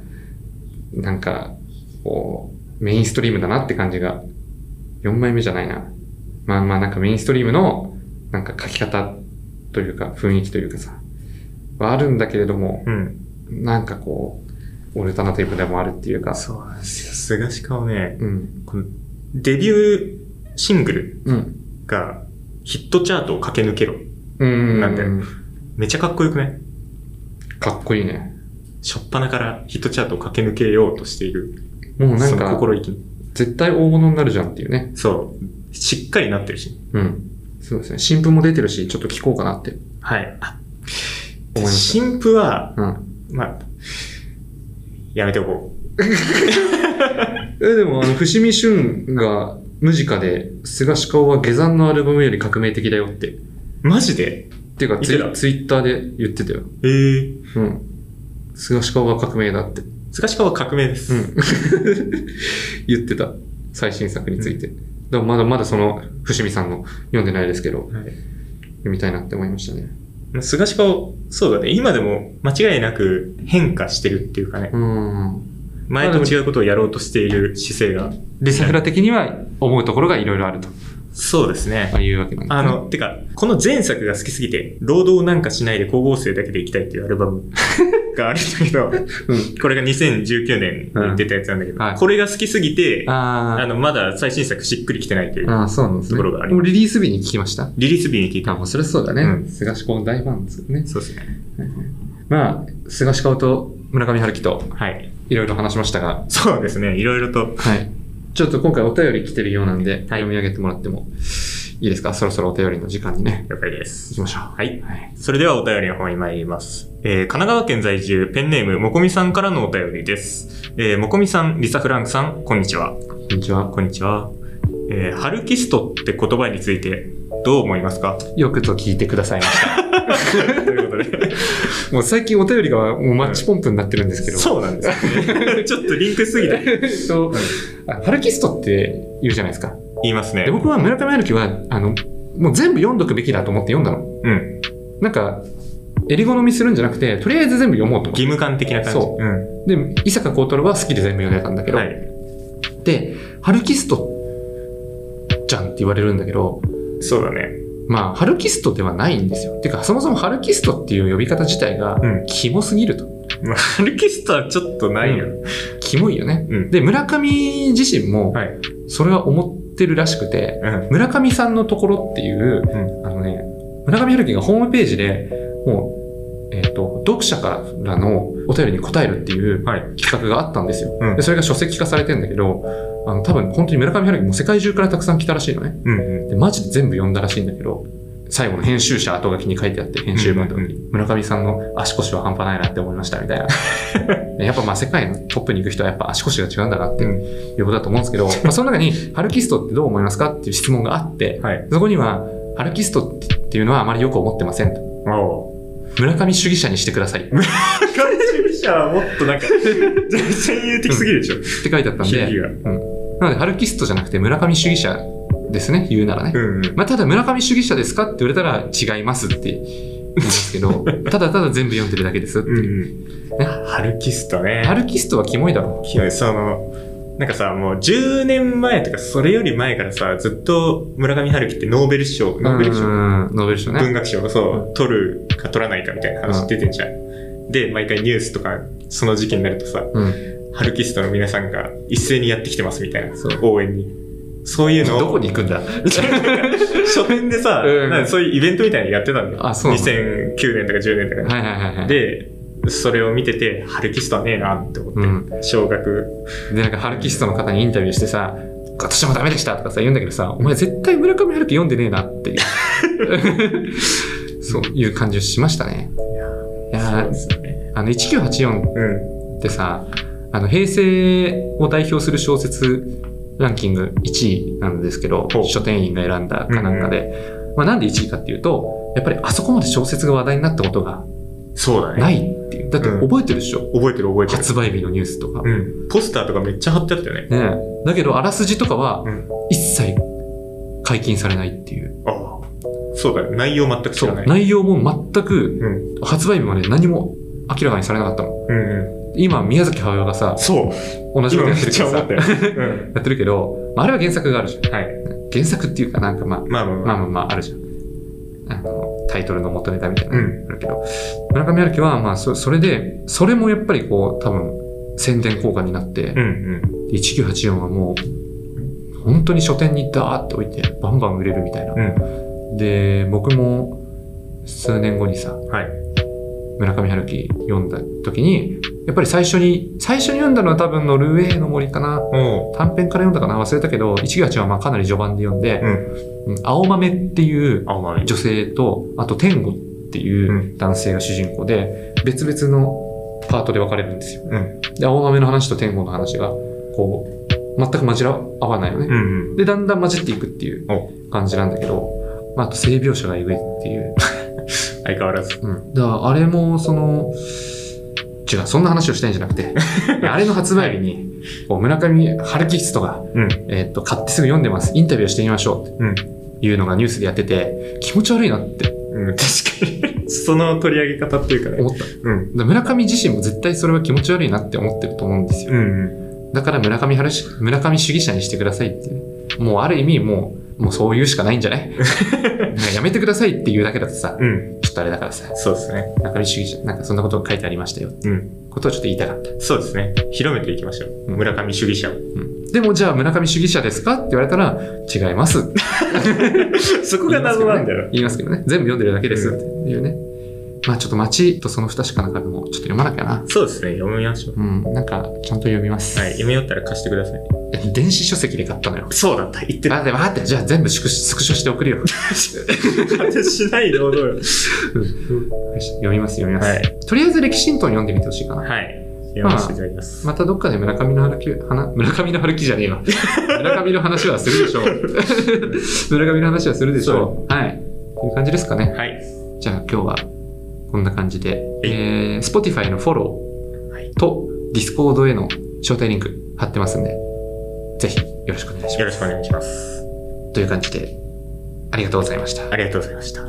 S2: なんか、こう、メインストリームだなって感じが、4枚目じゃないな。まあまあなんかメインストリームの、なんか書き方というか、雰囲気というかさ、はあるんだけれども、
S3: うん。
S2: なんかこう、オルタナティブでもあるっていうか、
S3: そうなんですよ。菅氏顔ね、
S2: うん、
S3: このデビューシングル
S2: うん、
S3: がヒットチャートを駆け抜けろ。
S2: うん。
S3: なんでめっちゃかっこよくない
S2: かっこいいね。
S3: しょっぱなからヒットチャートを駆け抜けようとしている。
S2: もうな
S3: そ
S2: ん
S3: の
S2: か、
S3: 心意気に。
S2: 絶対大物になるじゃんっていうね。
S3: そう。しっかりなってるし。
S2: うん。そうですね。新聞も出てるし、ちょっと聞こうかなって
S3: はい。あ
S2: 思いまし
S3: 新婦は、
S2: た。うん。
S3: まあ、やめておこ
S2: え、でも、あの、伏見俊が無自家で、菅氏顔は下山のアルバムより革命的だよって。っ
S3: う。マジで
S2: ていうかツイ
S3: 言って、た
S2: ツイッターで言ってたよ。
S3: えー、
S2: うん。菅氏顔は革命だって。うん。
S3: 菅氏川は革命です。
S2: 言ってた。最新作について。でもまだまだその、伏見さんの読んでないですけど、
S3: はい
S2: 読みたいなって思いましたね。
S3: まあ菅氏川、そうだね。今でも間違いなく変化してるっていうかね
S2: う。ん。
S3: 前と違うことをやろうとしている姿勢が。
S2: で、セフラ的には思うところがいろいろあると。
S3: そうですね。
S2: あいうわけなんですね
S3: あの、てか、この前作が好きすぎて、労働なんかしないで高校生だけで行きたいっていうアルバムがあるんだ けど、
S2: うん。
S3: これが2019年に出たやつなんだけど、
S2: うんはい
S3: これが好きすぎて、
S2: あー
S3: あの、まだ最新作しっくりきてないという、
S2: ああ、そうなんですね。
S3: ところがあり
S2: もうリリース日に聞きました。
S3: リリース日に聞い
S2: あ
S3: た。
S2: もうそれはそうだね。
S3: うん
S2: 菅氏の大ファンですよね。
S3: そうですね。
S2: まあ、菅氏顔と村上春樹と
S3: はい。
S2: いろいろ話しましたが、
S3: そうですね。いろいろと。
S2: はい。ちょっと今回お便り来てるようなんで、読み上げてもらってもいいですかそろそろお便りの時間にね、
S3: 了解で
S2: 行
S3: す。
S2: きましょう。
S3: はい。
S2: はい。
S3: それではお便りの方に参ります。えー神奈川県在住、ペンネーム、もこみさんからのお便りです。えーもこみさん、リサ・フランクさん、こんにちは。
S2: こんにちは。
S3: こんにちは。えーハルキストって言葉について、どう思い ますか
S2: よくと聞いてくださいま した。
S3: ということで。
S2: もう最近お便りがもうマッチポンプになってるんですけど。
S3: そうなんですよね。 ちょっとリンクしすぎて。
S2: えっと、あハルキストって言うじゃないですか。
S3: 言いますね
S2: で、。僕は村上春樹は、あの、もう全部読んどくべきだと思って読んだの。
S3: うん。
S2: なんか、襟好みするんじゃなくて、とりあえず全部読もうと思
S3: 義務感的な感じ。。
S2: そう
S3: ん。
S2: って。で、伊坂幸太郎は好きで全部読んでたんだけど、
S3: はい。
S2: で、ハルキストじゃんって言われるんだけど、
S3: そうだね。
S2: まあ、ハルキストではないんですよ。てか、そもそもハルキストっていう呼び方自体が
S3: う、ん。
S2: キモすぎると。
S3: まあハルキストはちょっとないよ。
S2: キモいよね。
S3: うん。
S2: で、村上自身も、
S3: はい。
S2: それは思ってるらしくて、
S3: うん。
S2: 村上さんのところっていう、
S3: う
S2: あのね、村上春樹がホームページで、もう、えっ、と、読者からのお便りに答えるっていう
S3: はい。
S2: 企画があったんですよ。
S3: うん
S2: でそれが書籍化されてんだけど、あの、多分本当に村上春樹も世界中からたくさん来たらしいのね。
S3: うんうん。
S2: で、マジで全部読んだらしいんだけど、最後の編集者後書きに書いてあって、編集文とかに、村上さんの足腰は半端ないなって思いましたみたい な。やっぱまあ世界のトップに行く人はやっぱ足腰が違うんだなって
S3: うん
S2: いうことだと思うん ですけど、まあその中に、ハルキストってどう思いますかっていう質問があって、
S3: はい。
S2: そこには、ハルキストっていうのはあまりよく思ってませんと。
S3: おう。
S2: 村上主義者にしてください。って
S3: 管理者はもっとなんか、 全然有的すぎるでしょ。
S2: 書 いてあったんで
S3: 響き、が。
S2: なので、ハルキストじゃなくて村上主義者ですね、言うならね。
S3: うんうん。
S2: まあ、ただ村上主義者ですかって言われたら違いますって言いますけ ど、ただただ全部読んでるだけですって
S3: うん
S2: いう。
S3: うん。ハルキストね。
S2: ハルキストはキモいだろ。
S3: いやその、なんかさ、もう10年前とかそれより前からさ、ずっと村上春樹ってノーベル賞、ノーベル賞、
S2: うんノーベル賞
S3: 文
S2: ね。
S3: 学賞をそう、取るか取らないかみたいな話出てんじゃん。で、毎回ニュースとか、その時期になるとさ、
S2: うん。
S3: ハルキストの皆さんが一斉にやってきてますみたいな
S2: そう、
S3: 応援に。そういうの
S2: どこ
S3: を、
S2: に行くんだ
S3: 書店でさ、
S2: うん
S3: なんかそういうイベントみたいなのやってたんだよ。
S2: あそうなの
S3: 2009年とか10年とかに
S2: はいはいはいはい。で、
S3: で、それを見てて、ハルキストはねえなって思って、
S2: うん
S3: 小学、
S2: なんかハルキストの方にインタビューしてさ、私もダメでしたとかさ言うんだけどさ、お前絶対村上春樹読んでねえなって いう。そういう感じをしましたね。いやー
S3: すよね。
S2: あの、1984
S3: うん。
S2: ってさあの平成を代表する小説ランキング1位なんですけど
S3: ほう
S2: 書店員が選んだかなんかで、まあ、なんで1位かっていうとやっぱりあそこまで小説が話題になったことが
S3: そうだね。
S2: ないっていうだって
S3: うん
S2: 覚えてるでしょ、
S3: 覚えてる覚えてる。
S2: 発売日のニュースとか、ね
S3: うん。ポスターとかめっちゃ貼ってあったよね。
S2: えだけどあらすじとかは
S3: うん
S2: 一切解禁されないっていう
S3: ああ。そうだね。内容全く知
S2: そ
S3: らな
S2: う
S3: い。
S2: 内容も全く
S3: うん。
S2: 発売日まで何も明らかにされなかったもん
S3: うんう
S2: 今宮崎駿がさ
S3: ん。そう。
S2: 同じことや
S3: 今めっ
S2: ってるけ
S3: ちゃ
S2: どさ
S3: 思ったよ。 うん。
S2: やってるけど、まあ、あれは原作があるじゃん
S3: はい。
S2: 原作っていうかなんかまあ、
S3: まあまあ
S2: まあ
S3: まあ。
S2: まあまああるじゃん。あの、タイトルの元ネタみたいな。
S3: うん
S2: あるけど、村上春樹はまあそ、それで、それもやっぱりこう、多分、宣伝効果になって、
S3: うんうん。
S2: 1984はもう、本当に書店にダーッと置いて、バンバン売れるみたいな。
S3: うん。
S2: で、僕も、数年後にさ、
S3: はい。
S2: 村上春樹読んだ時に、やっぱり最初に、最初に読んだのは多分ノルウェーの森かな。
S3: おう。
S2: 短編から読んだかな忘れたけど、198はまあかなり序盤で読んで
S3: う、ん。
S2: うん青豆っていう、
S3: 青豆。
S2: 女性と、あと天狗っていう男性が主人公で、別々のパートで分かれるんですよ。
S3: うん。
S2: で、青豆の話と天狗の話が、こう、全く混じら合わないよ
S3: う
S2: ね。
S3: んうん。
S2: で、だんだん混じっていくっていう感じなんだけど、まあ、あと性描写がえぐいっていう。
S3: 相変わらず。
S2: うん。だから、あれも、その、違う、そんな話をしたいんじゃなく て、あれの発売日に、こう村上春樹室とか、
S3: うん。
S2: えーっと、買ってすぐ読んでます。インタビューしてみましょう。
S3: うん。
S2: っていうのがニュースでやってて、気持ち悪いなって
S3: うん。確かに。その取り上げ方っていうかね。
S2: 思った。
S3: うん。
S2: だから村上自身も絶対それは気持ち悪いなって思ってると思うんですよ。
S3: うん
S2: だから村上春し村上主義者にしてくださいっていう。もうある意味もう、もうそういうしかないんじ ゃないなんかやめてくださいっていうだけだとさ、
S3: うん。うん。
S2: ちょっとあれだからさ、
S3: そうですね。
S2: 村上主義者、なんかそんなことが書いてありましたよって
S3: うん。
S2: ことをちょっと言いたかった。
S3: そうですね。広めていきましょう。
S2: うん
S3: 村上主義者を。
S2: うん、でもじゃあ村上主義者ですかって言われたら、違いますって
S3: そこ
S2: 言いま
S3: が
S2: すけ
S3: 謎
S2: ど
S3: なん
S2: ね
S3: だよ。。
S2: 言いますけどね。全部読んでるだけですっていうね。まあちょっと街とその不確かな壁もちょっと読まなきゃな。
S3: そうですね。読みましょう。
S2: うん、なんかちゃんと読みます。
S3: はい。読み寄ったら貸してください。
S2: 電子書籍で買ったの よ。
S3: そうだった。言って
S2: あ、で、わかった。じゃあ全部スクスクショして送るよ。
S3: た。しない労働よ。
S2: 読みます、読みます。
S3: はい。
S2: とりあえず歴史と読んでみてほしいかな。
S3: はい。読ませていただきます。
S2: またどっかで村上の春樹、はな 村上の春樹じゃねえ わ。村上の話はするでしょう。村上の話はするでしょう。はい。という感じですかね。
S3: はい。
S2: じゃあ今日はこんな感じで、
S3: い
S2: えー、Spotify のフォロ
S3: はい
S2: ーと Discord への招待リンク貼ってますんで、ぜひよろしくお願いし
S3: よ
S2: ま
S3: ろ
S2: す。
S3: しくお願いします。
S2: という感じで、ありがとうございました。
S3: ありがとうございました。